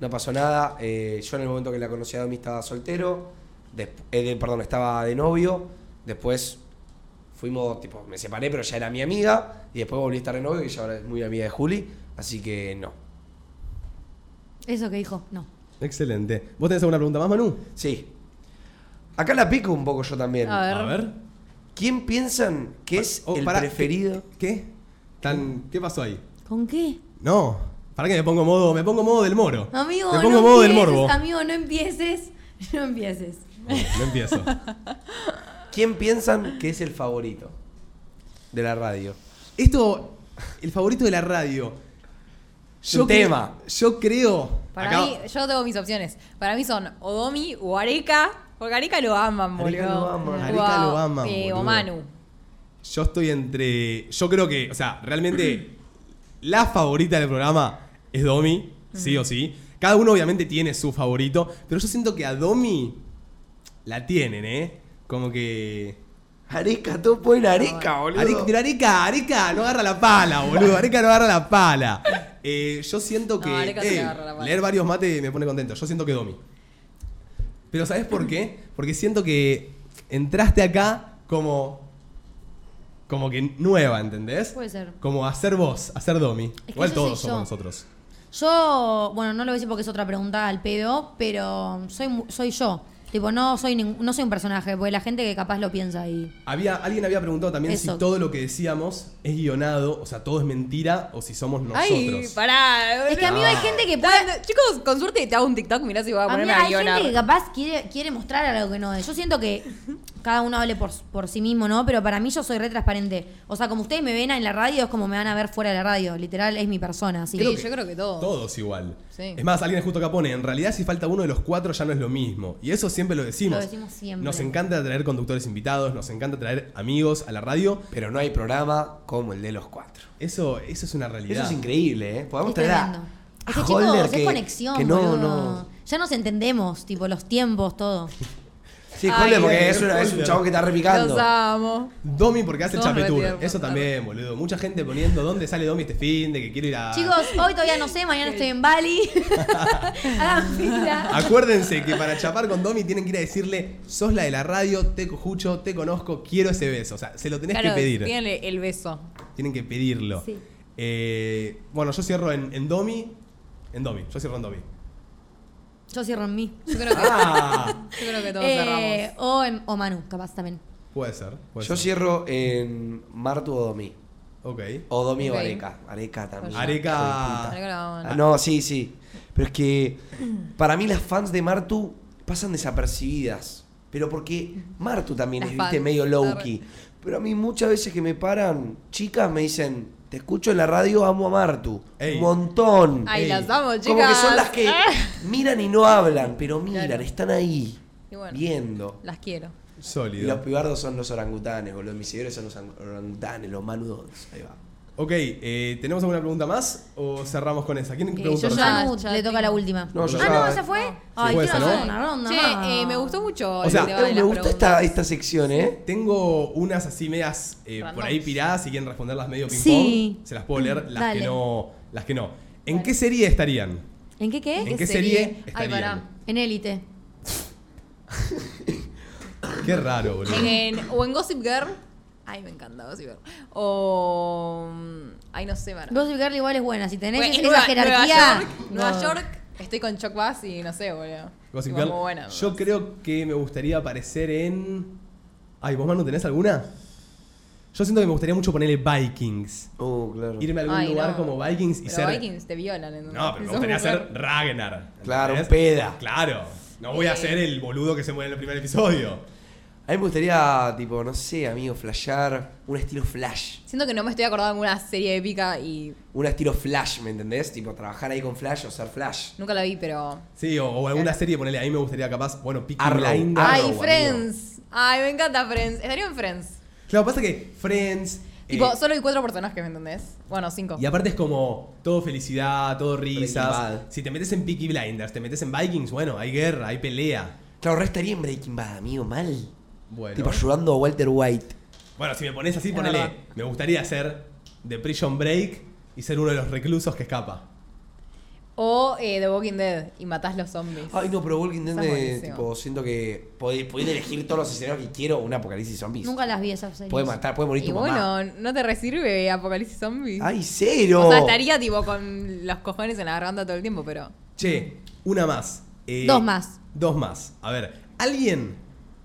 Speaker 2: no pasó nada. eh, yo en el momento que la conocí a Domi estaba soltero. desp- eh, de- perdón, estaba de novio. Después fuimos, tipo, me separé, pero ya era mi amiga. Y después volví a estar de novio, que ya ahora es muy amiga de Juli. Así que no.
Speaker 3: Eso que dijo, no.
Speaker 1: Excelente. ¿Vos tenés alguna pregunta más, Manu?
Speaker 2: Sí. Acá la pico un poco yo también.
Speaker 4: A ver.
Speaker 2: ¿Quién piensan que es
Speaker 1: Oh,
Speaker 2: el
Speaker 1: pará,
Speaker 2: preferido?
Speaker 1: ¿Qué? Tan- ¿Qué pasó ahí?
Speaker 3: ¿Con qué?
Speaker 1: No, para que me pongo modo, me pongo modo del moro.
Speaker 3: Amigo,
Speaker 1: me pongo
Speaker 3: no
Speaker 1: modo del
Speaker 3: empieces,
Speaker 1: morbo.
Speaker 3: Amigo, no empieces. No empieces.
Speaker 1: No, no empiezo.
Speaker 2: ¿Quién piensan que es el favorito de la radio?
Speaker 1: Esto, el favorito de la radio.
Speaker 2: Es un
Speaker 1: cre-
Speaker 2: tema.
Speaker 1: Yo creo.
Speaker 4: Para
Speaker 1: acá-
Speaker 4: mí, yo tengo mis opciones. Para mí son o Domi o Areca. Porque Areca lo aman, boludo.
Speaker 2: Areca lo aman.
Speaker 4: O
Speaker 1: Areca
Speaker 4: a-
Speaker 1: lo aman,
Speaker 4: eh,
Speaker 1: boludo.
Speaker 4: o Manu.
Speaker 1: Yo estoy entre. Yo creo que, o sea, realmente la favorita del programa es Domi, sí o sí. Cada uno obviamente tiene su favorito, pero yo siento que a Domi la tienen, ¿eh? Como que.
Speaker 2: Areca, todo pueden Areca, boludo.
Speaker 1: Areca, pero Areca, Areca no agarra la pala, boludo. Areca no agarra la pala. Eh, yo siento
Speaker 4: No,
Speaker 1: que.
Speaker 4: Areca sí
Speaker 1: eh,
Speaker 4: agarra la pala.
Speaker 1: Leer varios mates me pone contento. Yo siento que Domi. Pero ¿sabes por qué? Porque siento que entraste acá como. Como que nueva, ¿entendés?
Speaker 3: Puede ser.
Speaker 1: Como hacer vos, hacer Domi.
Speaker 3: que
Speaker 1: Igual
Speaker 3: yo
Speaker 1: todos
Speaker 3: soy
Speaker 1: somos
Speaker 3: yo.
Speaker 1: nosotros.
Speaker 3: Yo, bueno, no lo voy a decir porque es otra pregunta al pedo, pero soy, mu- soy yo. Tipo, no soy, ning- no soy un personaje, porque la gente que capaz lo piensa y...
Speaker 1: Había, alguien había preguntado también si
Speaker 3: Eso.
Speaker 1: todo lo que decíamos es guionado, o sea, todo es mentira, o si somos nosotros.
Speaker 4: Ay, pará. boludo.
Speaker 3: Es que a mí hay gente que puede...
Speaker 4: Tan- Chicos, con suerte te hago un TikTok. Mirá si voy a
Speaker 3: A mí
Speaker 4: ponerme Ah, a,
Speaker 3: hay
Speaker 4: guionar.
Speaker 3: gente que capaz quiere, quiere mostrar algo que no es. Yo siento que cada uno hable por, por sí mismo, ¿no? Pero para mí yo soy re transparente. O sea, como ustedes me ven en la radio, es como me van a ver fuera de la radio. Literal, es mi persona. Así
Speaker 4: Sí,
Speaker 3: que...
Speaker 4: yo creo que todo.
Speaker 1: Todos igual.
Speaker 4: Sí.
Speaker 1: Es más, alguien justo acá pone, en realidad si falta uno de los cuatro ya no es lo mismo. Y eso siempre lo decimos.
Speaker 3: Lo decimos siempre.
Speaker 1: Nos encanta traer conductores invitados, nos encanta traer amigos a la radio.
Speaker 2: Pero no hay programa como el de los cuatro.
Speaker 1: Eso, eso es una realidad.
Speaker 2: Eso es increíble, ¿eh? Podemos
Speaker 3: Es
Speaker 2: traer a,
Speaker 3: tremendo.
Speaker 2: a
Speaker 3: Es que
Speaker 2: Holder
Speaker 3: chicos,
Speaker 2: que-
Speaker 3: es conexión,
Speaker 2: que no,
Speaker 3: boludo.
Speaker 2: no.
Speaker 3: Ya nos entendemos, tipo, los tiempos, todo.
Speaker 2: Sí, spoiler,
Speaker 4: Ay, eh,
Speaker 2: porque
Speaker 1: Dios.
Speaker 2: es, una, es un chabón que está repicando.
Speaker 4: Los amo.
Speaker 1: Domi porque hace
Speaker 4: Somos
Speaker 1: chapetur.
Speaker 4: retiernos.
Speaker 1: Eso también, boludo. Mucha gente poniendo dónde sale Domi este fin, de que quiero ir a.
Speaker 3: Chicos, hoy todavía no sé, mañana estoy en Bali. Hagan
Speaker 1: Ah,
Speaker 3: fila.
Speaker 1: Acuérdense que para chapar con Domi tienen que ir a decirle, sos la de la radio, te cojucho, te conozco, quiero ese beso. O sea, se lo tenés
Speaker 4: Claro,
Speaker 1: que pedir.
Speaker 4: díganle el beso.
Speaker 1: Tienen que pedirlo.
Speaker 3: Sí.
Speaker 1: Eh, bueno, yo cierro en, en Domi. En Domi, yo cierro en Domi.
Speaker 3: Yo cierro en mí.
Speaker 4: Yo creo que,
Speaker 1: Ah,
Speaker 4: yo creo que todos
Speaker 3: Eh,
Speaker 4: cerramos.
Speaker 3: o, en, o Manu, capaz también.
Speaker 1: puede ser. Puede
Speaker 2: Yo
Speaker 1: ser.
Speaker 2: cierro en Martu o Domi.
Speaker 1: Ok.
Speaker 2: O Domi
Speaker 4: Ok.
Speaker 2: o Areca. Areca también.
Speaker 1: Areca.
Speaker 4: Ahora que la vamos a-
Speaker 2: Ah, No, sí, sí. Pero es que para mí las fans de Martu pasan desapercibidas. Pero porque Martu también
Speaker 4: Las
Speaker 2: es viste,
Speaker 4: fans.
Speaker 2: medio low-key. Pero a mí muchas veces que me paran chicas me dicen, te escucho en la radio, amo a Martu.
Speaker 1: Ey.
Speaker 2: Un montón.
Speaker 4: Ay,
Speaker 1: Ey.
Speaker 4: las amo, chicas.
Speaker 2: Como que son las que
Speaker 4: Ah.
Speaker 2: miran y no hablan, pero miran,
Speaker 4: Claro.
Speaker 2: están ahí,
Speaker 4: Y bueno.
Speaker 2: viendo.
Speaker 4: Las quiero.
Speaker 2: Y los
Speaker 1: Sólido.
Speaker 2: pibardos son los orangutanes, boludo. Mis seguidores son los ang- orangutanes, los manudos. Ahí va.
Speaker 1: Ok, eh, ¿tenemos alguna pregunta más o cerramos con esa? ¿Quién preguntó?
Speaker 3: yo
Speaker 4: ya-
Speaker 1: recién?
Speaker 3: Manu,
Speaker 4: ya
Speaker 3: le toca
Speaker 4: tengo.
Speaker 3: la última.
Speaker 2: No, yo
Speaker 3: ah,
Speaker 2: ya-
Speaker 3: no, esa fue. Ay,
Speaker 1: fue
Speaker 3: quiero
Speaker 1: esa, ¿no?
Speaker 3: hacer una ronda. más.
Speaker 4: Che, eh, me gustó mucho.
Speaker 1: O sea,
Speaker 4: el debate
Speaker 2: Eh,
Speaker 4: de
Speaker 2: me
Speaker 4: las
Speaker 2: gustó esta,
Speaker 4: preguntas.
Speaker 2: esta sección, ¿eh?
Speaker 1: Tengo unas así medias eh, por ahí
Speaker 4: Randoms.
Speaker 1: piradas, si quieren responderlas medio ping-pong.
Speaker 3: Sí.
Speaker 1: Se las puedo leer, las
Speaker 3: Dale.
Speaker 1: que no. Las que no. ¿En qué serie estarían?
Speaker 3: ¿En qué qué?
Speaker 1: ¿En
Speaker 4: ¿Eh? ¿Qué
Speaker 1: qué serie,
Speaker 4: serie? Ay,
Speaker 1: estarían?
Speaker 3: En élite.
Speaker 1: qué raro, boludo.
Speaker 4: En- o en Gossip Girl. Ay, me encanta Gossip Girl. O. mm, Ay, no sé, Mara.
Speaker 3: Gossip Girl igual es buena. Si tenés
Speaker 4: Bueno,
Speaker 3: esa
Speaker 4: en Nueva-
Speaker 3: jerarquía.
Speaker 4: Nueva York,
Speaker 3: no.
Speaker 4: Nueva York, estoy con Chuck Bass y no sé, boludo.
Speaker 1: Gossip
Speaker 4: Tipo,
Speaker 1: Girl.
Speaker 4: muy buena.
Speaker 1: Yo creo que me gustaría aparecer en. Ay, ¿vos, Manu, tenés alguna? Yo siento que me gustaría mucho ponerle Vikings.
Speaker 2: Oh, claro.
Speaker 1: Irme a algún
Speaker 4: Ay,
Speaker 1: lugar
Speaker 4: no.
Speaker 1: como Vikings y
Speaker 4: Pero
Speaker 1: ser.
Speaker 4: Vikings te violan. ¿entendés?
Speaker 1: No, pero me
Speaker 4: Sos
Speaker 1: gustaría
Speaker 4: mujer.
Speaker 1: ser Ragnar.
Speaker 2: Claro, un
Speaker 1: ¿entendés?
Speaker 2: peda.
Speaker 1: Claro. No voy a
Speaker 4: Eh.
Speaker 1: ser el boludo que se muere en el primer episodio.
Speaker 2: A mí me gustaría, tipo, no sé, amigo, flashear un estilo flash.
Speaker 4: Siento que no me estoy acordando de alguna serie épica y
Speaker 2: Un estilo flash, ¿me entendés? Tipo, trabajar ahí con flash o ser flash.
Speaker 4: nunca la vi, pero.
Speaker 1: Sí, o, o alguna serie, ponele, a mí me gustaría capaz, bueno, Peaky
Speaker 2: Arrow,
Speaker 1: Blinders.
Speaker 2: Arrow.
Speaker 4: Eh. Ay,
Speaker 2: amigo.
Speaker 4: Friends. Ay, me encanta Friends. Estaría en Friends.
Speaker 1: Claro, pasa que Friends... eh,
Speaker 4: Tipo, solo hay cuatro personajes, ¿me entendés? Bueno, cinco.
Speaker 1: y aparte es como todo felicidad, todo
Speaker 2: Breaking
Speaker 1: risas.
Speaker 2: Bad.
Speaker 1: Si te metes en Peaky Blinders, te metes en Vikings, bueno, hay guerra, hay pelea.
Speaker 2: Claro, re estaría en Breaking Bad, amigo, mal.
Speaker 1: Bueno,
Speaker 2: Tipo, ayudando a Walter White.
Speaker 1: bueno si me pones así,
Speaker 4: Es
Speaker 1: ponele,
Speaker 4: verdad.
Speaker 1: me gustaría ser de Prison Break y ser uno de los reclusos que escapa.
Speaker 4: O eh, The Walking Dead y matás los zombies.
Speaker 2: Ay, no, pero Walking Dead,
Speaker 4: Está
Speaker 2: me-
Speaker 4: buenísimo.
Speaker 2: tipo, siento que pod- podés elegir todos los escenarios que quiero. Un apocalipsis zombies.
Speaker 3: Nunca las vi esas series.
Speaker 2: Puede matar, puede morir
Speaker 4: y
Speaker 2: tu mamá.
Speaker 4: bueno, no te resirve Apocalipsis Zombie.
Speaker 2: Ay, cero.
Speaker 4: O sea, estaría tipo con los cojones en la garganta todo el tiempo, pero.
Speaker 1: Che, una más. Eh,
Speaker 3: Dos más.
Speaker 1: Dos más. A ver, alguien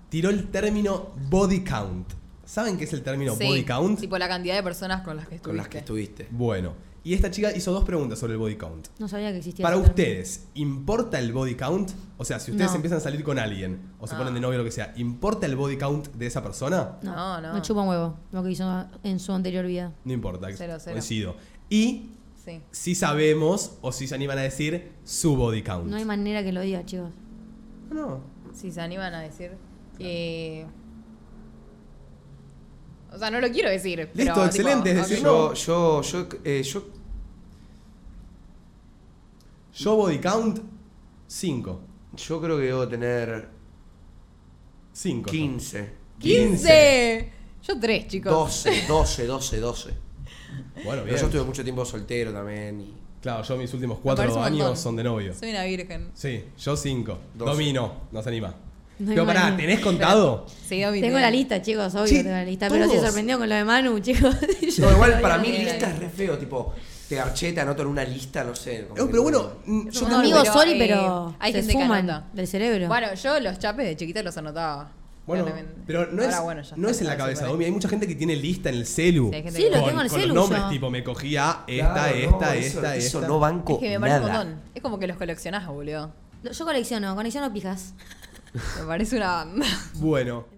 Speaker 1: tiró el término body count. ¿Saben qué es el término
Speaker 4: Sí,
Speaker 1: body count?
Speaker 4: Tipo la cantidad de personas con las que estuviste.
Speaker 2: Con las que estuviste.
Speaker 1: Bueno, y esta chica hizo dos preguntas sobre el body count.
Speaker 3: No sabía que existía.
Speaker 1: Para
Speaker 3: esa.
Speaker 1: ustedes, ¿importa el body count? O sea, si ustedes
Speaker 3: No. Ah.
Speaker 1: empiezan a salir con alguien o se ponen de novio o lo que sea, ¿importa el body count de esa persona?
Speaker 4: No, no.
Speaker 3: Me chupa un huevo lo que hizo en su anterior vida.
Speaker 1: No importa,
Speaker 4: Cero, cero.
Speaker 1: coincido. Y
Speaker 4: Sí.
Speaker 1: si sabemos o si se animan a decir su body count.
Speaker 3: No hay manera que lo diga, chicos.
Speaker 1: No.
Speaker 4: Si se animan a decir. eh, O sea, no lo quiero decir.
Speaker 1: Listo,
Speaker 4: pero,
Speaker 1: excelente, es
Speaker 4: Tipo,
Speaker 1: decir,
Speaker 4: ok.
Speaker 2: Yo, yo, yo, eh, yo
Speaker 1: Yo body count 5.
Speaker 2: Yo creo que debo tener
Speaker 1: 5.
Speaker 2: 15,
Speaker 4: 15. Yo tres, chicos.
Speaker 2: 12, 12, 12, 12.
Speaker 1: Bueno,
Speaker 2: Pero
Speaker 1: bien.
Speaker 2: yo estuve mucho tiempo soltero también. Y...
Speaker 1: Claro, yo mis últimos
Speaker 4: Me parece
Speaker 1: cuatro
Speaker 4: un
Speaker 1: años
Speaker 4: montón.
Speaker 1: son de novio.
Speaker 4: Soy una virgen.
Speaker 1: Sí, yo 5.
Speaker 2: Dos.
Speaker 1: Domino, no se anima.
Speaker 3: No hay
Speaker 1: Pero pará,
Speaker 3: manera.
Speaker 1: ¿tenés contado?
Speaker 4: Sí, David.
Speaker 3: Tengo la lista, chicos, obvio
Speaker 1: Sí,
Speaker 3: tengo la lista. Pero se
Speaker 1: todos.
Speaker 3: sorprendió con lo de Manu, chicos. Yo
Speaker 2: No, igual para
Speaker 4: no
Speaker 2: mí
Speaker 4: tenía
Speaker 2: lista
Speaker 4: idea.
Speaker 2: es re feo, tipo, te garché, te anoto en una lista, no sé. como
Speaker 1: No,
Speaker 2: que
Speaker 1: pero
Speaker 2: no-
Speaker 1: bueno, mm, yo
Speaker 4: No,
Speaker 1: también-
Speaker 3: Amigos
Speaker 4: pero,
Speaker 3: Soli,
Speaker 4: eh,
Speaker 3: pero
Speaker 4: hay
Speaker 3: se
Speaker 4: gente que
Speaker 3: fuman
Speaker 4: anota.
Speaker 3: del cerebro.
Speaker 4: Bueno, yo los chapes de chiquita los anotaba.
Speaker 1: Bueno,
Speaker 4: Claramente.
Speaker 1: pero no es,
Speaker 4: Ahora, bueno, ya
Speaker 1: no es
Speaker 4: está,
Speaker 1: en la
Speaker 4: ya se
Speaker 1: cabeza,
Speaker 4: puede.
Speaker 1: Domi. Hay mucha gente que tiene lista en el celu.
Speaker 4: Sí, hay gente
Speaker 3: Sí,
Speaker 4: que-
Speaker 3: lo tengo en el
Speaker 1: con
Speaker 3: celu
Speaker 1: los nombres,
Speaker 3: yo.
Speaker 1: tipo, me cogía esta,
Speaker 2: Claro,
Speaker 1: esta,
Speaker 2: no,
Speaker 1: esta,
Speaker 2: eso,
Speaker 1: esta.
Speaker 2: Eso no banco
Speaker 4: Es que me parece un
Speaker 2: nada.
Speaker 4: montón. Es como que los coleccionás, boludo.
Speaker 3: Yo colecciono, colecciono pijas.
Speaker 4: Me parece una banda.
Speaker 1: Bueno,